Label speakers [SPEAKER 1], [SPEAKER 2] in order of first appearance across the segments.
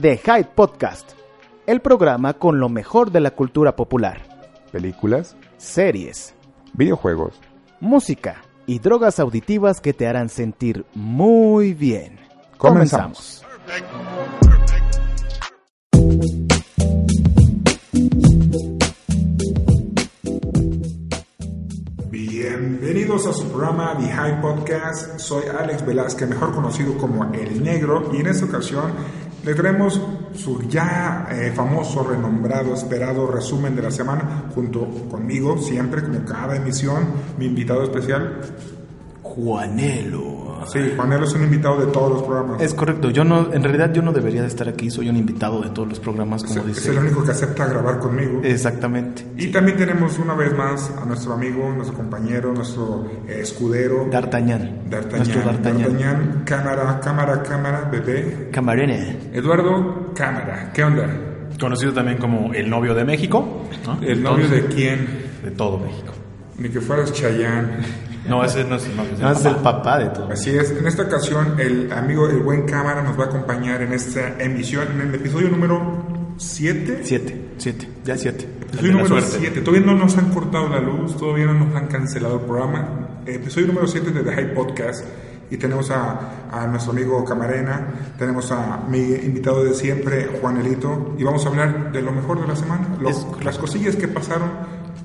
[SPEAKER 1] The Hype Podcast, el programa con lo mejor de la cultura popular,
[SPEAKER 2] películas,
[SPEAKER 1] series,
[SPEAKER 2] videojuegos.
[SPEAKER 1] música y drogas auditivas que te harán sentir muy bien.
[SPEAKER 2] Comenzamos.
[SPEAKER 3] Bienvenidos a su programa The High Podcast. Soy Alex Velázquez, mejor conocido como El Negro, y en esta ocasión le traemos su ya eh, famoso, renombrado, esperado resumen de la semana junto conmigo, siempre como cada emisión, mi invitado especial.
[SPEAKER 4] Juanelo.
[SPEAKER 3] Sí, Juanelo es un invitado de todos los programas.
[SPEAKER 4] Es correcto, yo no, en realidad yo no debería de estar aquí, soy un invitado de todos los programas,
[SPEAKER 3] Es-
[SPEAKER 4] como
[SPEAKER 3] es
[SPEAKER 4] dice.
[SPEAKER 3] el único que acepta grabar conmigo.
[SPEAKER 4] Exactamente.
[SPEAKER 3] Y también tenemos una vez más a nuestro amigo, nuestro compañero, nuestro eh, escudero,
[SPEAKER 4] D'Artagnan. Nuestro
[SPEAKER 3] D'Artagnan.
[SPEAKER 4] D'Artagnan.
[SPEAKER 3] D'Artagnan, cámara, cámara, cámara, bebé.
[SPEAKER 4] Camarena.
[SPEAKER 3] Eduardo, cámara, ¿qué onda?
[SPEAKER 5] Conocido también como el novio de México. ¿no?
[SPEAKER 3] ¿El novio
[SPEAKER 5] Entonces,
[SPEAKER 3] de quién?
[SPEAKER 5] de todo México.
[SPEAKER 3] Ni que fueras Chayán.
[SPEAKER 5] No, ese no es el novio.
[SPEAKER 4] No, es el papá de todo.
[SPEAKER 3] Así es, en esta ocasión el amigo, el buen cámara, nos va a acompañar en esta emisión, en el episodio número 7.
[SPEAKER 4] Siete, siete, ya siete.
[SPEAKER 3] Episodio número 7. Todavía no nos han cortado la luz, todavía no nos han cancelado el programa. Episodio número 7 de The Hype Podcast. Y tenemos a, a nuestro amigo Camarena, tenemos a mi invitado de siempre, Juanelito, y vamos a hablar de lo mejor de la semana, lo-
[SPEAKER 4] Es correcto.
[SPEAKER 3] las cosillas que pasaron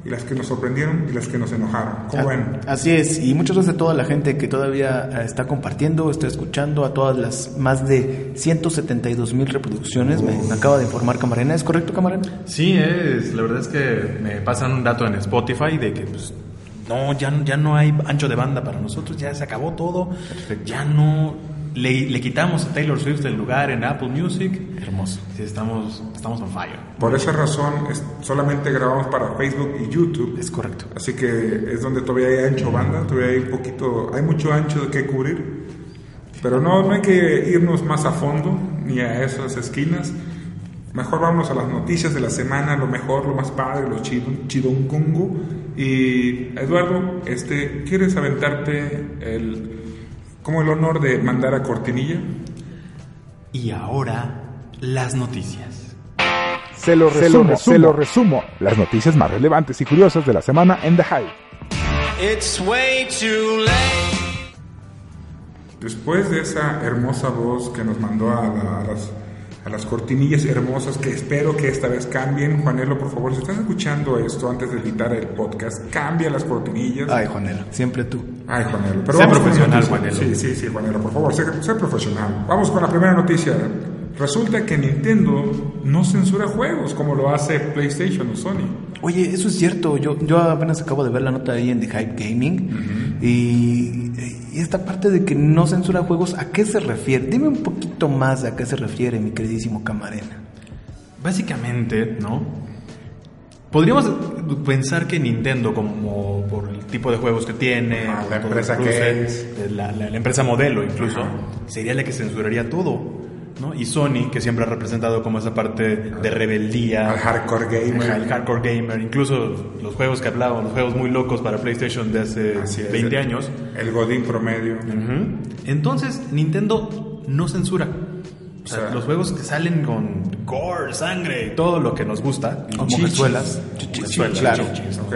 [SPEAKER 3] y las que nos sorprendieron y las que nos enojaron. ¿Cómo ven?
[SPEAKER 4] Así es, y muchas gracias a toda la gente que todavía eh, está compartiendo, está escuchando, a todas las más de 172 mil reproducciones, me, me acaba de informar Camarena, ¿es correcto Camarena?
[SPEAKER 5] Sí, es, la verdad es que me pasan un dato en Spotify de que pues no, ya, no- ya no hay ancho de banda para nosotros, ya se acabó todo, ya no le, le quitamos a Taylor Swift el lugar en Apple Music. Hermoso. Sí, estamos, estamos on fire.
[SPEAKER 3] Por esa razón es- solamente grabamos para Facebook y YouTube.
[SPEAKER 4] Es correcto.
[SPEAKER 3] Así que es donde todavía hay ancho banda, todavía hay un poquito, hay mucho ancho de que cubrir. Pero no, no hay que irnos más a fondo ni a esas esquinas. Mejor vamos a las noticias de la semana, lo mejor, lo más padre, lo chido, chidongongo. Y Eduardo, este, ¿quieres aventarte el, como el honor de mandar a Cortinilla?
[SPEAKER 5] Y ahora, las noticias.
[SPEAKER 2] Se lo
[SPEAKER 1] Se lo
[SPEAKER 2] resumo,
[SPEAKER 1] resumo.
[SPEAKER 2] se lo resumo. Las noticias más relevantes y curiosas de la semana en The Hype.
[SPEAKER 3] Después de esa hermosa voz que nos mandó a, la- a las, a las cortinillas hermosas, que espero que esta vez cambien, Juanelo, por favor, si estás escuchando esto antes de editar el podcast, cambia las cortinillas.
[SPEAKER 4] Ay, Juanelo, siempre tú.
[SPEAKER 3] Ay, Juanelo. Pero vamos
[SPEAKER 5] Sé
[SPEAKER 3] con las
[SPEAKER 5] profesional,
[SPEAKER 3] noticias. Sí,
[SPEAKER 5] Juanelo.
[SPEAKER 3] sí, sí, Juanelo, por favor, sé, sé profesional. Vamos con la primera noticia. Resulta que Nintendo no censura juegos como lo hace PlayStation o Sony.
[SPEAKER 4] Oye, eso es cierto. Yo, yo apenas acabo de ver la nota ahí en The Hype Gaming. y, y esta parte de que no censura juegos, ¿a qué se refiere? Dime un poquito más a qué se refiere, mi queridísimo camarena.
[SPEAKER 5] Básicamente, ¿no? Podríamos pensar que Nintendo, como por el tipo de juegos que tiene,
[SPEAKER 3] Ajá,
[SPEAKER 5] por
[SPEAKER 3] la
[SPEAKER 5] todo
[SPEAKER 3] empresa
[SPEAKER 5] el
[SPEAKER 3] que
[SPEAKER 5] cruce, eh,
[SPEAKER 3] es.
[SPEAKER 5] la, la- la empresa modelo incluso, sería la que censuraría todo, ¿no? Y Sony, que siempre ha representado como esa parte de rebeldía,
[SPEAKER 3] Al hardcore gamer.
[SPEAKER 5] ajá, el hardcore gamer, incluso los juegos que hablaban, los juegos muy locos para PlayStation de hace
[SPEAKER 3] Así es,
[SPEAKER 5] 20
[SPEAKER 3] el-
[SPEAKER 5] años.
[SPEAKER 3] El Godín promedio.
[SPEAKER 5] Entonces, Nintendo no censura. O sea,
[SPEAKER 3] O sea,
[SPEAKER 5] los juegos que salen con gore, sangre y todo lo que nos gusta,
[SPEAKER 4] Como
[SPEAKER 5] chichis,
[SPEAKER 4] Venezuelas.
[SPEAKER 5] chichis,
[SPEAKER 4] Venezuelas,
[SPEAKER 5] claro.
[SPEAKER 4] chichis.
[SPEAKER 3] ¿Ok?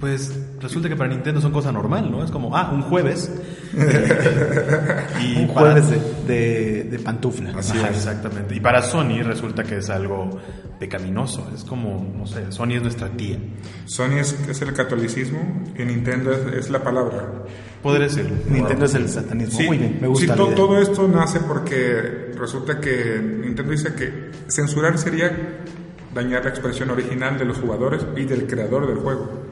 [SPEAKER 5] Pues resulta que para Nintendo son cosa normal, ¿no? Es como, ah, un jueves. y
[SPEAKER 4] Un
[SPEAKER 5] para-
[SPEAKER 4] jueves de, de, de pantufla.
[SPEAKER 3] Así
[SPEAKER 5] Ajá,
[SPEAKER 3] es.
[SPEAKER 5] exactamente. Y para Sony resulta que es algo pecaminoso. Es como, no sé, Sony es nuestra tía.
[SPEAKER 3] Sony es, es el catolicismo y Nintendo es- es la palabra.
[SPEAKER 5] Podría ser.
[SPEAKER 4] Nintendo es el satanismo.
[SPEAKER 3] Sí,
[SPEAKER 4] Muy bien, me gusta.
[SPEAKER 3] sí,
[SPEAKER 4] la
[SPEAKER 3] to-
[SPEAKER 4] idea.
[SPEAKER 3] todo esto nace porque resulta que Nintendo dice que censurar sería dañar la expresión original de los jugadores y del creador del juego.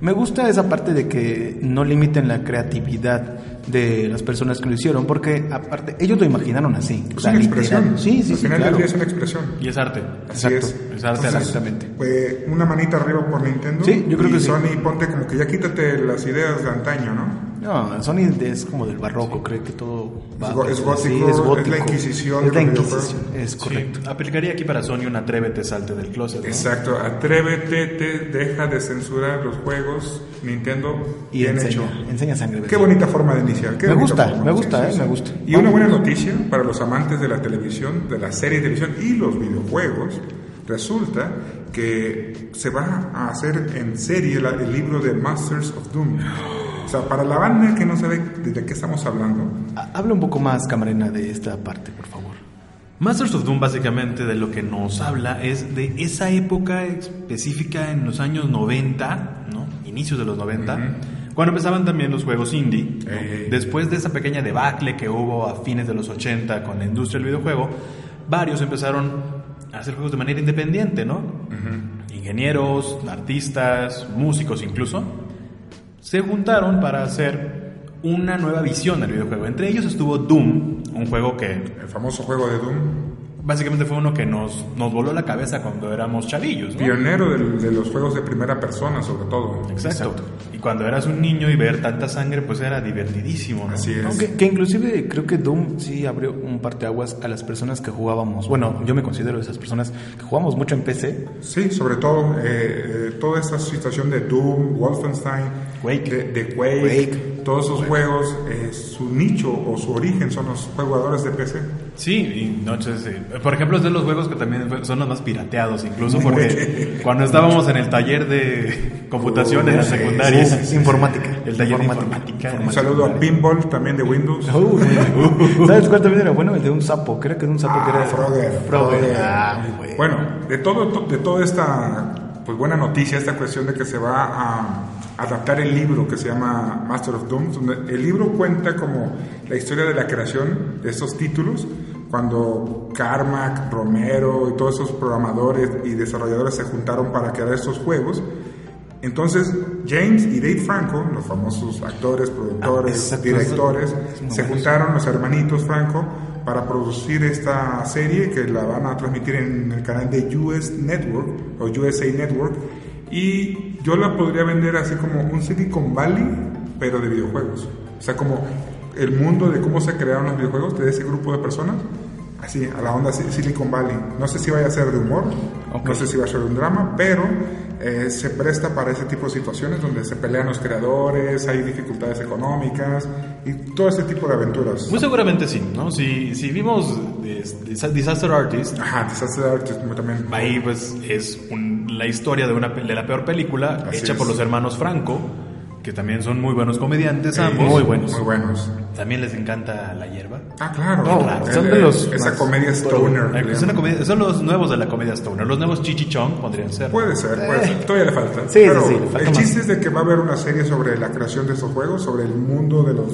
[SPEAKER 4] Me gusta esa parte de que no limiten la creatividad de las personas que lo hicieron, porque aparte, ellos lo imaginaron así. o
[SPEAKER 3] Es
[SPEAKER 4] sea,
[SPEAKER 3] una
[SPEAKER 4] literal.
[SPEAKER 3] expresión.
[SPEAKER 4] Sí, sí,
[SPEAKER 3] Al
[SPEAKER 4] sí,
[SPEAKER 3] final
[SPEAKER 4] claro.
[SPEAKER 3] del día es una expresión.
[SPEAKER 5] Y es arte.
[SPEAKER 3] Así
[SPEAKER 4] Exacto.
[SPEAKER 3] es.
[SPEAKER 5] Es arte.
[SPEAKER 4] Exactamente.
[SPEAKER 3] Pues, una manita arriba por Nintendo.
[SPEAKER 4] Sí, yo creo
[SPEAKER 3] y
[SPEAKER 4] que sí.
[SPEAKER 3] Sony, ponte como que ya quítate las ideas de antaño, ¿no?
[SPEAKER 4] No, Sony es como del barroco, cree que todo va-
[SPEAKER 3] Es go- es gótico,
[SPEAKER 4] sí,
[SPEAKER 3] es la Inquisición
[SPEAKER 4] Es la
[SPEAKER 3] de los
[SPEAKER 4] Inquisición, es correcto.
[SPEAKER 5] Sí, aplicaría aquí para Sony un atrévete, salte del closet. ¿no?
[SPEAKER 3] Exacto. Atrévete, te deja de censurar los juegos. Nintendo,
[SPEAKER 4] Y
[SPEAKER 3] bien
[SPEAKER 4] enseña,
[SPEAKER 3] hecho.
[SPEAKER 4] enseña sangre.
[SPEAKER 3] Qué
[SPEAKER 4] bebé.
[SPEAKER 3] bonita forma de noticia. Qué
[SPEAKER 4] Me
[SPEAKER 3] bonita
[SPEAKER 4] gusta,
[SPEAKER 3] forma,
[SPEAKER 4] me
[SPEAKER 3] sí,
[SPEAKER 4] gusta,
[SPEAKER 3] sí,
[SPEAKER 4] eh,
[SPEAKER 3] sí.
[SPEAKER 4] me gusta.
[SPEAKER 3] Y una buena noticia para los amantes de la televisión, de la serie de televisión y los videojuegos, resulta que se va a hacer en serie la- el libro de Masters of Doom. O sea, para la banda que no sabe de qué estamos hablando,
[SPEAKER 4] Ha- Habla un poco más, camarena, de esta parte, por favor.
[SPEAKER 5] Masters of Doom básicamente de lo que nos habla es de esa época específica en los años 90, ¿no? Inicios de los 90, cuando empezaban también los juegos indie. ¿no?
[SPEAKER 3] Ey.
[SPEAKER 5] Después de esa pequeña debacle que hubo a fines de los 80 con la industria del videojuego, varios empezaron a hacer juegos de manera independiente, ¿no? Ingenieros, artistas, músicos incluso, se juntaron para hacer una nueva visión del videojuego. Entre ellos estuvo Doom, un juego que
[SPEAKER 3] el famoso juego de Doom,
[SPEAKER 5] Básicamente fue uno que nos, nos voló la cabeza cuando éramos chavillos, ¿no?
[SPEAKER 3] pionero del- de los juegos de primera persona sobre todo.
[SPEAKER 5] Exacto. Y cuando eras un niño y ver tanta sangre, pues era divertidísimo, ¿no?
[SPEAKER 3] Así es.
[SPEAKER 4] Aunque, que inclusive creo que Doom sí abrió un parteaguas a las personas que jugábamos. Bueno, yo me considero de esas personas que jugamos mucho en PC.
[SPEAKER 3] Sí, sobre todo eh, eh, toda esta situación de Doom, Wolfenstein,
[SPEAKER 5] Quake.
[SPEAKER 3] de, de Quake,
[SPEAKER 4] Quake.
[SPEAKER 3] todos esos juegos, eh, su nicho o su origen son los jugadores de PC.
[SPEAKER 5] Sí, y noches. eh, Por ejemplo, es de los juegos que también fue- son los más pirateados, incluso, porque cuando estábamos en el taller de computación en la
[SPEAKER 3] Sí,
[SPEAKER 5] secundaria.
[SPEAKER 4] sí, sí, informática.
[SPEAKER 5] El taller de
[SPEAKER 4] Informática.
[SPEAKER 5] informática.
[SPEAKER 3] Un saludo a Pinball también de Windows.
[SPEAKER 4] ¿Sabes cuál también era bueno? El de un sapo. Creo que de un sapo que
[SPEAKER 3] Uh. Ah,
[SPEAKER 4] era.
[SPEAKER 3] Frogger.
[SPEAKER 4] Frogger.
[SPEAKER 3] Frogger.
[SPEAKER 4] Ah, güey.
[SPEAKER 3] Bueno, de todo to- de toda esta pues buena noticia, esta cuestión de que se va a adaptar el libro que se llama Master of Doom, donde el libro cuenta como la historia de la creación de estos títulos, cuando Carmack, Romero y todos esos programadores y desarrolladores se juntaron para crear estos juegos. Entonces, James y Dave Franco, los famosos actores, productores,
[SPEAKER 4] exacto.
[SPEAKER 3] directores, se juntaron los hermanitos Franco para producir esta serie que la van a transmitir en el canal de US Network o USA Network. Y yo la podría vender así como un Silicon Valley, pero de videojuegos. O sea, como el mundo de cómo se crearon los videojuegos de ese grupo de personas. Así, a la onda Si- Silicon Valley. No sé si vaya a ser de humor, no sé si va a ser de un drama, pero eh, se presta para ese tipo de situaciones donde se pelean los creadores, hay dificultades económicas y todo ese tipo de aventuras.
[SPEAKER 5] Muy seguramente sí, ¿no? Si, si vimos eh, Dis- Disaster Artist,
[SPEAKER 3] Ajá, Disaster Artist muy también.
[SPEAKER 5] Ahí pues es un- la historia de, una, pe- de la peor película
[SPEAKER 3] Así
[SPEAKER 5] hecha por
[SPEAKER 3] es.
[SPEAKER 5] los hermanos Franco, que también son muy buenos comediantes ambos.
[SPEAKER 3] Eh, Muy buenos. Muy buenos.
[SPEAKER 5] También les encanta la hierba.
[SPEAKER 3] Ah, claro.
[SPEAKER 4] No, claro,
[SPEAKER 3] El-
[SPEAKER 4] son de
[SPEAKER 3] el-
[SPEAKER 4] los
[SPEAKER 3] Esa
[SPEAKER 4] más-
[SPEAKER 3] comedia stoner.
[SPEAKER 5] Eh,
[SPEAKER 3] le
[SPEAKER 5] es una
[SPEAKER 3] llaman.
[SPEAKER 5] comedia- son los nuevos de la comedia Stoner, los nuevos Chichi Chong podrían ser.
[SPEAKER 3] Puede ser, puede ser. Todavía le falta.
[SPEAKER 4] Eh. Sí, sí,
[SPEAKER 3] Pero
[SPEAKER 4] sí, le falta
[SPEAKER 3] el
[SPEAKER 4] más.
[SPEAKER 3] chiste es de que va a haber una serie sobre la creación de estos juegos, sobre el mundo de los,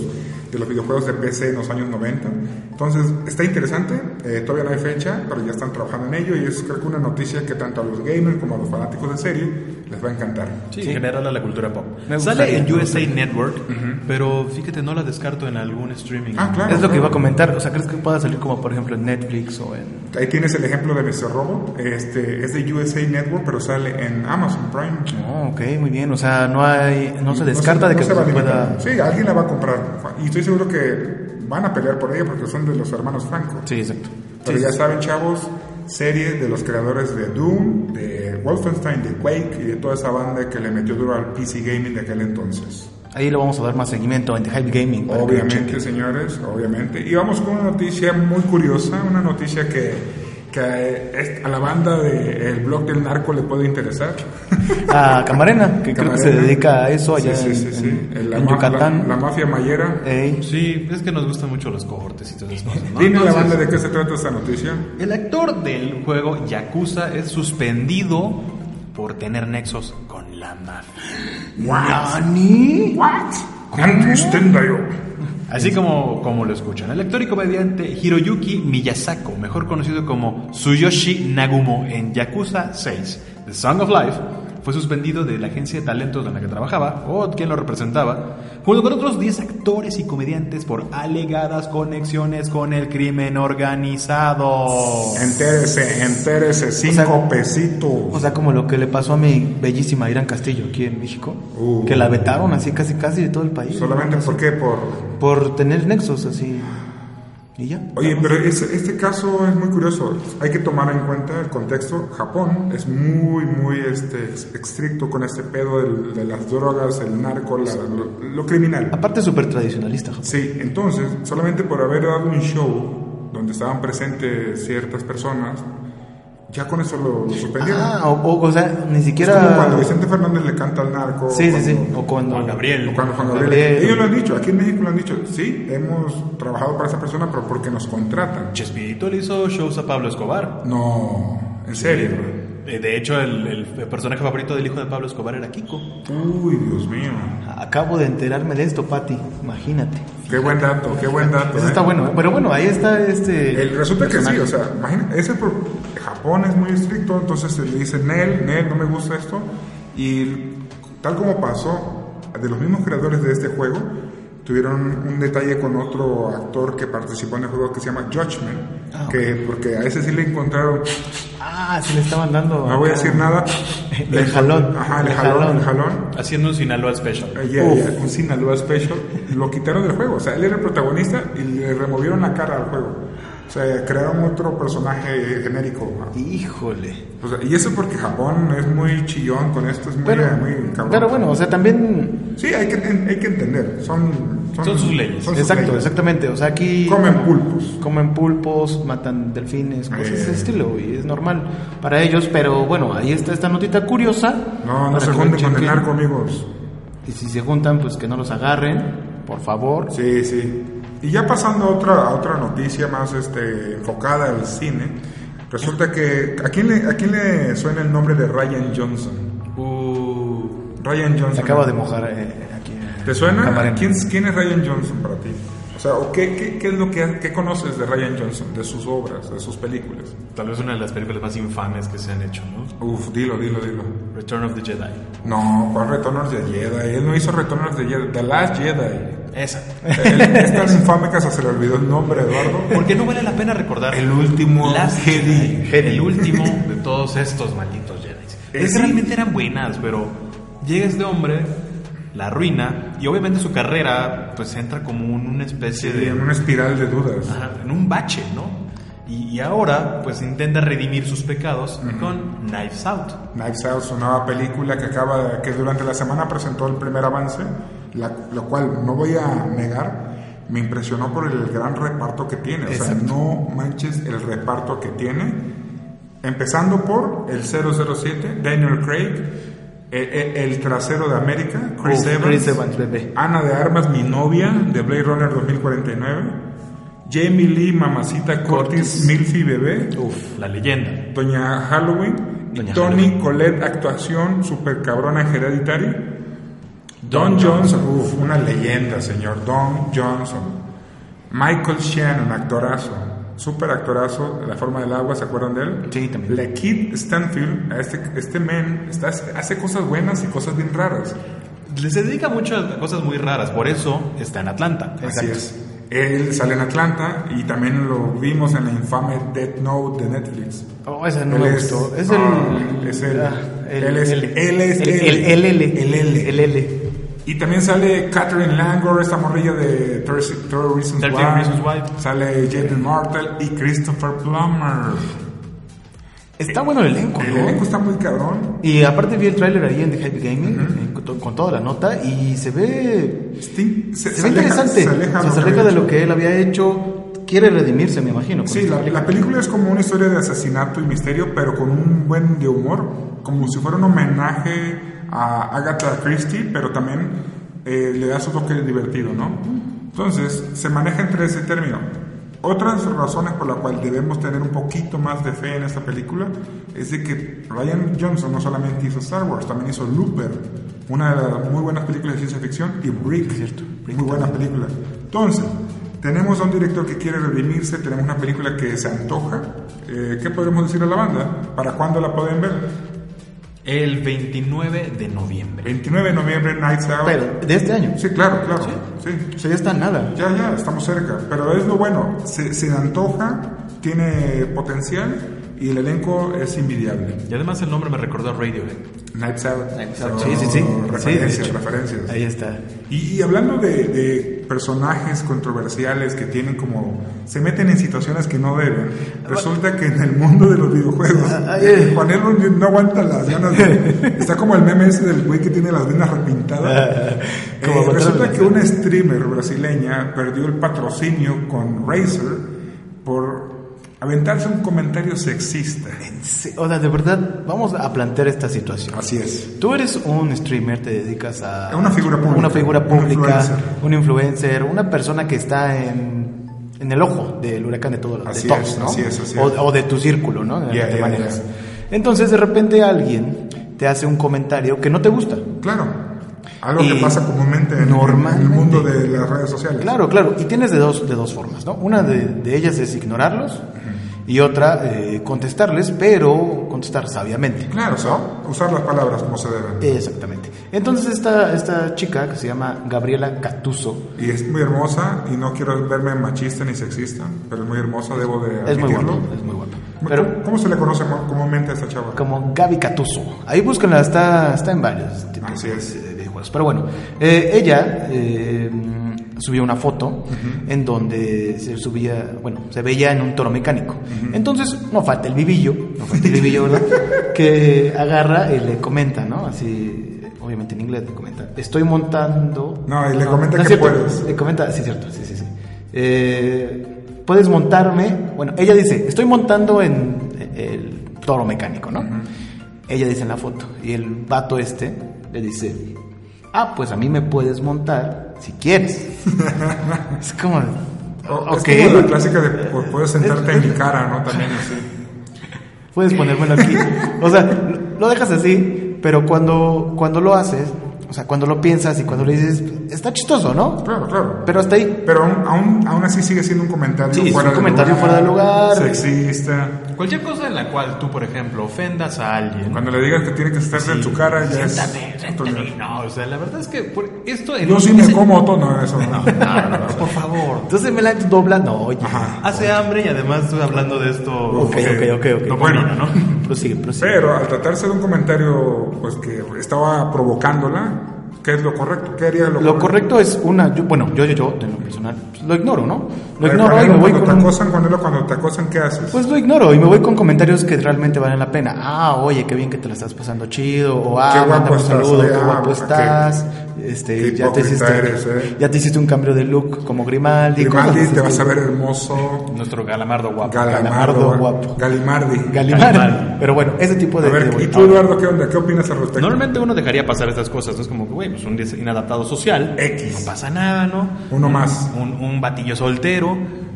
[SPEAKER 3] de los videojuegos de PC en los años 90. Entonces, está interesante. eh, todavía no hay fecha, pero ya están trabajando en ello y es creo que una noticia que tanto a los gamers como a los fanáticos de serie les va a encantar.
[SPEAKER 5] Sí, en general a la cultura pop.
[SPEAKER 4] Me
[SPEAKER 5] Sale
[SPEAKER 4] gustaría,
[SPEAKER 5] en
[SPEAKER 4] me
[SPEAKER 5] USA Network, pero fíjate, no la descarto en algún streaming.
[SPEAKER 3] Ah, claro.
[SPEAKER 4] Es lo que iba a
[SPEAKER 3] claro.
[SPEAKER 4] comentar. O sea, ¿crees que pueda salir como, por ejemplo, en Netflix o en.
[SPEAKER 3] Ahí tienes el ejemplo de Mr. Robot. Este, es de USA Network, pero sale en Amazon Prime.
[SPEAKER 4] Oh, ok, muy bien. O sea, no hay, no se descarta de
[SPEAKER 3] no
[SPEAKER 4] que
[SPEAKER 3] se
[SPEAKER 4] se
[SPEAKER 3] va a
[SPEAKER 4] pueda.
[SPEAKER 3] limitar. Sí, alguien la va a comprar. Y estoy seguro que van a pelear por ella porque son de los hermanos Franco.
[SPEAKER 4] Sí, exacto.
[SPEAKER 3] Pero ya saben, chavos, serie de los creadores de Doom, de Wolfenstein, de Quake y de toda esa banda que le metió duro al PC Gaming de aquel entonces.
[SPEAKER 4] Ahí le vamos a dar más seguimiento en The Hype Gaming. para que lo
[SPEAKER 3] Obviamente,
[SPEAKER 4] chequen.
[SPEAKER 3] señores, obviamente. Y vamos con una noticia muy curiosa, una noticia que, que eh, es- a la banda del blog del narco le puede interesar.
[SPEAKER 4] A Camarena, que creo que se
[SPEAKER 3] Camarena.
[SPEAKER 4] dedica a eso
[SPEAKER 3] Sí,
[SPEAKER 4] allá
[SPEAKER 3] sí,
[SPEAKER 4] en,
[SPEAKER 3] sí, sí.
[SPEAKER 4] en-
[SPEAKER 3] La
[SPEAKER 4] en
[SPEAKER 3] ma-
[SPEAKER 4] Yucatán.
[SPEAKER 3] la- la mafia mayera.
[SPEAKER 4] Ey.
[SPEAKER 5] Sí, es que nos gustan mucho los cohortes y todas esas cosas. ¿no?
[SPEAKER 3] Dime la
[SPEAKER 5] Entonces,
[SPEAKER 3] banda de qué se trata esta noticia.
[SPEAKER 5] El actor del juego Yakuza es suspendido por tener nexos con la mafia.
[SPEAKER 4] ¿Nani?
[SPEAKER 3] What? Antistendayo.
[SPEAKER 5] Así como, como lo escuchan. El actor y comediante Hiroyuki Miyasako, mejor conocido como Tsuyoshi Nagumo en Yakuza 6, The Song of Life, fue suspendido de la agencia de talentos en la que trabajaba, o quien lo representaba, junto con otros 10 actores y comediantes por alegadas conexiones con el crimen organizado.
[SPEAKER 3] Entérese, entérese, cinco
[SPEAKER 4] sea,
[SPEAKER 3] pesitos.
[SPEAKER 4] O sea, como lo que le pasó a mi bellísima Irán Castillo aquí en México,
[SPEAKER 3] Uh.
[SPEAKER 4] que la vetaron así casi casi de todo el país.
[SPEAKER 3] Solamente por qué, por...
[SPEAKER 4] Por tener nexos así. Y ya.
[SPEAKER 3] Oye, pero es- este caso es muy curioso. Hay que tomar en cuenta el contexto. Japón es muy, muy este, ex- estricto con este pedo del- de las drogas, el narco, la- lo, lo criminal.
[SPEAKER 4] Aparte, súper tradicionalista, Japón.
[SPEAKER 3] Sí, entonces, solamente por haber dado un show donde estaban presentes ciertas personas, ya con eso lo, lo suspendieron.
[SPEAKER 4] Ah, o, o- o sea, ni
[SPEAKER 3] es como cuando
[SPEAKER 4] siquiera.
[SPEAKER 3] Vicente Fernández le canta al narco.
[SPEAKER 4] Sí, sí, sí.
[SPEAKER 3] cuando-
[SPEAKER 4] O cuando.
[SPEAKER 5] Juan Gabriel.
[SPEAKER 3] o cuando Juan Gabriel.
[SPEAKER 4] Gabriel.
[SPEAKER 3] Ellos lo han dicho, aquí en México lo han dicho. Sí, hemos trabajado para esa persona, pero porque nos contratan.
[SPEAKER 5] Chespirito le hizo shows a Pablo Escobar.
[SPEAKER 3] No, en serio.
[SPEAKER 5] Eh, De hecho, el, el personaje favorito del hijo de Pablo Escobar era Kiko.
[SPEAKER 3] Uy, Dios mío.
[SPEAKER 4] Acabo de enterarme de esto, Pati. Imagínate.
[SPEAKER 3] Qué buen dato, qué buen dato.
[SPEAKER 4] Eso
[SPEAKER 3] ¿eh?
[SPEAKER 4] está bueno. Pero bueno, ahí está este.
[SPEAKER 3] El, resulta que sí,
[SPEAKER 4] personaje.
[SPEAKER 3] o sea, imagina, ese pro- Japón es muy estricto, entonces le dicen, Nel, Nel, no me gusta esto. Y tal como pasó, de los mismos creadores de este juego, tuvieron un detalle con otro actor que participó en el juego que se llama Judgment, que, porque a ese sí le encontraron,
[SPEAKER 4] Ah, sí le estaban dando.
[SPEAKER 3] no voy a decir nada.
[SPEAKER 4] El
[SPEAKER 3] Le-
[SPEAKER 4] jalón.
[SPEAKER 3] Ajá, el
[SPEAKER 4] El
[SPEAKER 3] jalón,
[SPEAKER 4] jalón.
[SPEAKER 3] el jalón.
[SPEAKER 5] Haciendo un Sinaloa Special.
[SPEAKER 3] Eh, ya, ya, un Sinaloa Special, lo quitaron del juego. O sea, él era el protagonista y le removieron la cara al juego. O sea, crearon otro personaje genérico. ¿no?
[SPEAKER 4] Híjole.
[SPEAKER 3] O sea, y eso porque Japón es muy chillón con esto, es muy,
[SPEAKER 4] Pero,
[SPEAKER 3] muy cabrón.
[SPEAKER 4] pero bueno, o sea, también.
[SPEAKER 3] Sí, hay que, hay que entender. Son,
[SPEAKER 5] Son sus leyes.
[SPEAKER 3] son sus
[SPEAKER 4] Exacto,
[SPEAKER 3] leyes.
[SPEAKER 4] exactamente. O sea, aquí.
[SPEAKER 3] Comen pulpos.
[SPEAKER 4] Comen pulpos, matan delfines, cosas de ese
[SPEAKER 3] Eh.
[SPEAKER 4] estilo, y es normal para ellos. Pero bueno, ahí está esta notita curiosa.
[SPEAKER 3] No, no
[SPEAKER 4] para
[SPEAKER 3] se
[SPEAKER 4] que lo
[SPEAKER 3] junten con el
[SPEAKER 4] chequen.
[SPEAKER 3] narco, amigos.
[SPEAKER 4] Y si se juntan, pues que no los agarren, por favor.
[SPEAKER 3] Sí, sí. Y ya pasando a otra, a otra noticia más este, enfocada al cine, resulta que. ¿a quién, le, ¿A quién le suena el nombre de Ryan Johnson? Ryan Johnson.
[SPEAKER 4] Se acaba de mojar eh, aquí.
[SPEAKER 3] ¿Te suena?
[SPEAKER 4] Camarena.
[SPEAKER 3] ¿Quién, quién es Ryan Johnson para ti? O sea, ¿o ¿qué, qué, qué es lo que qué conoces de Ryan Johnson? De sus obras, de sus películas.
[SPEAKER 5] Tal vez una de las películas más infames que se han hecho, ¿no?
[SPEAKER 3] Uf, dilo, dilo, dilo.
[SPEAKER 5] Return of the Jedi.
[SPEAKER 3] No, ¿cuál Retornos de Jedi? Él no hizo Retornos de Jedi, The Last Jedi.
[SPEAKER 5] Esa.
[SPEAKER 3] Él- es tan infame que hasta se le olvidó el nombre, Eduardo.
[SPEAKER 5] Porque no vale la pena recordar.
[SPEAKER 3] El último
[SPEAKER 5] Last
[SPEAKER 3] Jedi.
[SPEAKER 5] Jedi. El último de todos estos malditos Jedi. Es
[SPEAKER 3] sí.
[SPEAKER 5] que realmente eran buenas, pero llega este hombre, la arruina, y obviamente su carrera pues entra como en una especie de...
[SPEAKER 3] En una espiral de dudas.
[SPEAKER 5] Ajá, en un bache, ¿no? Y, y ahora, pues intenta redimir sus pecados con Knives Out.
[SPEAKER 3] Knives Out, su nueva película que acaba que durante la semana presentó el primer avance, la, lo cual no voy a negar, me impresionó por el gran reparto que tiene. O sea, no manches el reparto que tiene. Empezando por el 007, Daniel Craig, eh, eh, el trasero de América, Chris
[SPEAKER 4] Uf,
[SPEAKER 3] Evans,
[SPEAKER 4] Chris Evans, bebé.
[SPEAKER 3] Ana de Armas, mi novia, de Blade Runner 2049, Jamie Lee, mamacita Curtis, Milfi, bebé.
[SPEAKER 5] Uf, la leyenda.
[SPEAKER 3] Doña Halloween,
[SPEAKER 5] Doña
[SPEAKER 3] Tony Colette, actuación super cabrona en Hereditary, Don, Johnson, uf, una leyenda, señor, Don Johnson, Michael Shannon, actorazo, super actorazo, La forma del agua, ¿se acuerdan de él?
[SPEAKER 4] Sí, también.
[SPEAKER 3] Le Kid Stanfield, a este, este men, está- hace cosas bunas y cosas bien raras.
[SPEAKER 5] Se dedica mucho a cosas muy raras, por eso está en Atlanta.
[SPEAKER 3] Así es. Él sale en Atlanta y también lo vimos en la infame Death Note de Netflix.
[SPEAKER 4] Oh, esa no
[SPEAKER 3] Él
[SPEAKER 4] me
[SPEAKER 3] es-
[SPEAKER 4] gustó. Es
[SPEAKER 3] ah,
[SPEAKER 4] el.
[SPEAKER 3] es el-
[SPEAKER 4] ah,
[SPEAKER 3] él es- él es-
[SPEAKER 4] el-
[SPEAKER 3] él.
[SPEAKER 4] el- el L.
[SPEAKER 3] El L.
[SPEAKER 4] El L.
[SPEAKER 3] Y también sale Catherine Langor, esta morrilla de 13 13 Reasons,
[SPEAKER 5] 13
[SPEAKER 3] Why.
[SPEAKER 5] Reasons Why.
[SPEAKER 3] Sale Jaden Martel y Christopher Plummer.
[SPEAKER 4] Está bueno el elenco,
[SPEAKER 3] El
[SPEAKER 4] ¿no?
[SPEAKER 3] elenco está muy cabrón.
[SPEAKER 4] Y aparte vi el tráiler ahí en The Hype Gaming eh, con, to- con toda la nota y se ve,
[SPEAKER 3] Sting-
[SPEAKER 4] se ve interesante.
[SPEAKER 3] Se aleja,
[SPEAKER 4] O sea, se
[SPEAKER 3] había
[SPEAKER 4] aleja de
[SPEAKER 3] hecho.
[SPEAKER 4] lo que él había hecho. Quiere redimirse, me imagino. con
[SPEAKER 3] Sí,
[SPEAKER 4] esta
[SPEAKER 3] la, la película es como una historia de asesinato y misterio, pero con un buen de humor, como si fuera un homenaje a Agatha Christie, pero también eh, le da su toque divertido, ¿no? Entonces, se maneja entre ese término. Otras razones por las cuales debemos tener un poquito más de fe en esta película es de que Ryan Johnson no solamente hizo Star Wars, también hizo Looper, una de las muy buenas películas de ciencia ficción, y Brick, muy buena película. Entonces, tenemos a un director que quiere redimirse, tenemos una película que se antoja. Eh, ¿Qué podemos decir a la banda? ¿Para cuándo la pueden ver?
[SPEAKER 5] El 29 de noviembre.
[SPEAKER 3] 29 de noviembre, Nights Out.
[SPEAKER 4] Pero de este año.
[SPEAKER 3] sí, claro, claro. sí.
[SPEAKER 4] O sea, ya está nada.
[SPEAKER 3] Ya, ya, estamos cerca. Pero es lo bueno, se, se antoja, tiene potencial y el elenco es invidiable.
[SPEAKER 5] Y además el nombre me recordó a Radiohead.
[SPEAKER 3] Nights Out.
[SPEAKER 4] Sí, sí, sí. Sí, de
[SPEAKER 3] Referencias,
[SPEAKER 4] hecho.
[SPEAKER 3] referencias.
[SPEAKER 4] Ahí está.
[SPEAKER 3] Y, y hablando de, de personajes controversiales que tienen como se meten en situaciones que no deben. Resulta que en el mundo de los videojuegos
[SPEAKER 4] Ah,
[SPEAKER 3] eh,
[SPEAKER 4] eh.
[SPEAKER 3] Juanelo no aguanta las ganas. de- está como el meme ese del güey que tiene las venas repintadas. Eh,
[SPEAKER 4] Ah, Como matar a
[SPEAKER 3] resulta
[SPEAKER 4] la
[SPEAKER 3] que una streamer brasileña perdió el patrocinio con Razer por aventarse un comentario sexista.
[SPEAKER 4] Sí, o sea, de verdad, vamos a plantear esta situación.
[SPEAKER 3] Así es.
[SPEAKER 4] Tú eres un streamer, te dedicas a...
[SPEAKER 3] A una figura pública.
[SPEAKER 4] Una figura
[SPEAKER 3] Un
[SPEAKER 4] pública,
[SPEAKER 3] influencer.
[SPEAKER 4] un influencer, una persona que está en, en el ojo del huracán de todos, de
[SPEAKER 3] Así
[SPEAKER 4] todos,
[SPEAKER 3] es,
[SPEAKER 4] ¿no?
[SPEAKER 3] así es, así
[SPEAKER 4] o,
[SPEAKER 3] es.
[SPEAKER 4] o de tu círculo, ¿no? En el
[SPEAKER 3] Ya,
[SPEAKER 4] que te
[SPEAKER 3] ya,
[SPEAKER 4] manejas.
[SPEAKER 3] ya.
[SPEAKER 4] Entonces, de repente alguien te hace un comentario que no te gusta.
[SPEAKER 3] Claro. Algo
[SPEAKER 4] Y
[SPEAKER 3] que pasa comúnmente en, en el
[SPEAKER 4] normalmente.
[SPEAKER 3] mundo de las redes sociales.
[SPEAKER 4] Claro, claro. Y tienes de dos, de dos formas, ¿no? Una de, de ellas es ignorarlos y otra, eh, contestarles, pero contestar sabiamente.
[SPEAKER 3] Claro, o sea, usar las palabras como se deben.
[SPEAKER 4] Exactamente. Entonces esta, esta chica que se llama Gabriela Catuso
[SPEAKER 3] Y es muy hermosa y no quiero verme machista ni sexista, pero es muy hermosa, debo de
[SPEAKER 4] es muy
[SPEAKER 3] admitirlo.
[SPEAKER 4] guapa, es muy guapa.
[SPEAKER 3] ¿Cómo-
[SPEAKER 4] Pero
[SPEAKER 3] ¿Cómo se le conoce mo- comúnmente a esta chava?
[SPEAKER 4] como Gaby Catuso, ahí búsquenla, está, está en varios tipos
[SPEAKER 3] Así
[SPEAKER 4] de-
[SPEAKER 3] es.
[SPEAKER 4] de videojuegos. Pero bueno, eh, ella eh, mm, subió una foto en donde se subía, bueno, se veía en un toro mecánico. Entonces, no falta el vivillo, no falta el vivillo, ¿verdad? que agarra y le comenta, ¿no? Así, obviamente en inglés le comenta, estoy montando...
[SPEAKER 3] No, y le comenta
[SPEAKER 4] es
[SPEAKER 3] que
[SPEAKER 4] cierto.
[SPEAKER 3] puedes.
[SPEAKER 4] Le comenta, sí, cierto, sí, sí, sí. Eh, puedes montarme. Bueno, ella dice, estoy montando en eh, el toro mecánico, ¿no? Ella dice en la foto. Y el vato este le dice, ah, pues a mí me puedes montar si quieres. es como,
[SPEAKER 3] O-
[SPEAKER 4] ok,
[SPEAKER 3] Oh,
[SPEAKER 4] Eh,
[SPEAKER 3] Es como la clásica de pues, puedes sentarte en mi cara, ¿no? También así.
[SPEAKER 4] puedes ponérmelo aquí. o sea, lo dejas así, pero cuando, cuando lo haces, o sea, cuando lo piensas y cuando le dices, está chistoso, ¿no?
[SPEAKER 3] Claro, claro.
[SPEAKER 4] Pero hasta ahí.
[SPEAKER 3] Pero aún, aún, aún así sigue siendo un comentario
[SPEAKER 4] eh, Sí, es un
[SPEAKER 3] fuera de
[SPEAKER 4] comentario
[SPEAKER 3] lugar.
[SPEAKER 4] fuera de lugar.
[SPEAKER 3] Sexista.
[SPEAKER 5] Cualquier cosa en la cual tú, por ejemplo, ofendas a alguien.
[SPEAKER 3] Cuando le digas que tiene que estar en su cara, ya es.
[SPEAKER 5] Siéntame,
[SPEAKER 3] otro
[SPEAKER 5] siéntame.
[SPEAKER 3] nivel.
[SPEAKER 5] No, o sea, la verdad es que por- esto. en
[SPEAKER 3] Yo
[SPEAKER 5] un-
[SPEAKER 3] sí me
[SPEAKER 5] ese-
[SPEAKER 3] como otro, no, eso no.
[SPEAKER 5] No, no, no, por favor.
[SPEAKER 4] Entonces me la dobla, no, oye.
[SPEAKER 5] Hace hambre y además estoy hablando de esto.
[SPEAKER 4] Ok, ok, ok, ok.
[SPEAKER 5] No, bueno, ¿no?
[SPEAKER 4] Prosigue, prosigue.
[SPEAKER 3] Pero al tratarse de un comentario pues que estaba provocándola, ¿qué es lo correcto? ¿Qué haría lo,
[SPEAKER 4] Lo correcto es una, yo- bueno, yo, yo, yo, en lo personal, pues, lo ignoro, ¿no? Lo
[SPEAKER 3] A ver,
[SPEAKER 4] ignoro y
[SPEAKER 3] Juanelo,
[SPEAKER 4] me voy
[SPEAKER 3] cuando
[SPEAKER 4] con...
[SPEAKER 3] te
[SPEAKER 4] un-
[SPEAKER 3] acosan, Juanelo, cuando te acosan, ¿qué haces?
[SPEAKER 4] Pues lo ignoro y me voy con comentarios que realmente valen la pena. Ah, oye, qué bien que te la estás pasando chido. O ah,
[SPEAKER 3] guapo
[SPEAKER 4] mándame un
[SPEAKER 3] estás,
[SPEAKER 4] saludo,
[SPEAKER 3] oye,
[SPEAKER 4] qué
[SPEAKER 3] ah,
[SPEAKER 4] guapo
[SPEAKER 3] qué-
[SPEAKER 4] estás. Este,
[SPEAKER 3] qué
[SPEAKER 4] ya, te
[SPEAKER 3] hipócrita
[SPEAKER 4] hiciste,
[SPEAKER 3] eres, eh.
[SPEAKER 4] ya te hiciste un cambio de look como Grimaldi.
[SPEAKER 3] Grimaldi,
[SPEAKER 4] cosas
[SPEAKER 3] te
[SPEAKER 4] así.
[SPEAKER 3] vas a ver hermoso.
[SPEAKER 5] Nuestro galamardo guapo.
[SPEAKER 3] Galamardo.
[SPEAKER 4] guapo.
[SPEAKER 3] Galimardi.
[SPEAKER 4] Galimardi.
[SPEAKER 5] Galimardi.
[SPEAKER 4] Pero bueno, ese tipo
[SPEAKER 3] a
[SPEAKER 4] de...
[SPEAKER 3] ver,
[SPEAKER 4] de-
[SPEAKER 3] ¿y tú, Eduardo, qué onda? ¿Qué opinas al respecto?
[SPEAKER 5] Normalmente uno dejaría pasar estas cosas, ¿no? Es como que, güey, pues un des- inadaptado social.
[SPEAKER 3] X.
[SPEAKER 5] No pasa nada, ¿no?
[SPEAKER 3] Uno
[SPEAKER 5] Un-
[SPEAKER 3] más.
[SPEAKER 5] Un, un batillo soltero.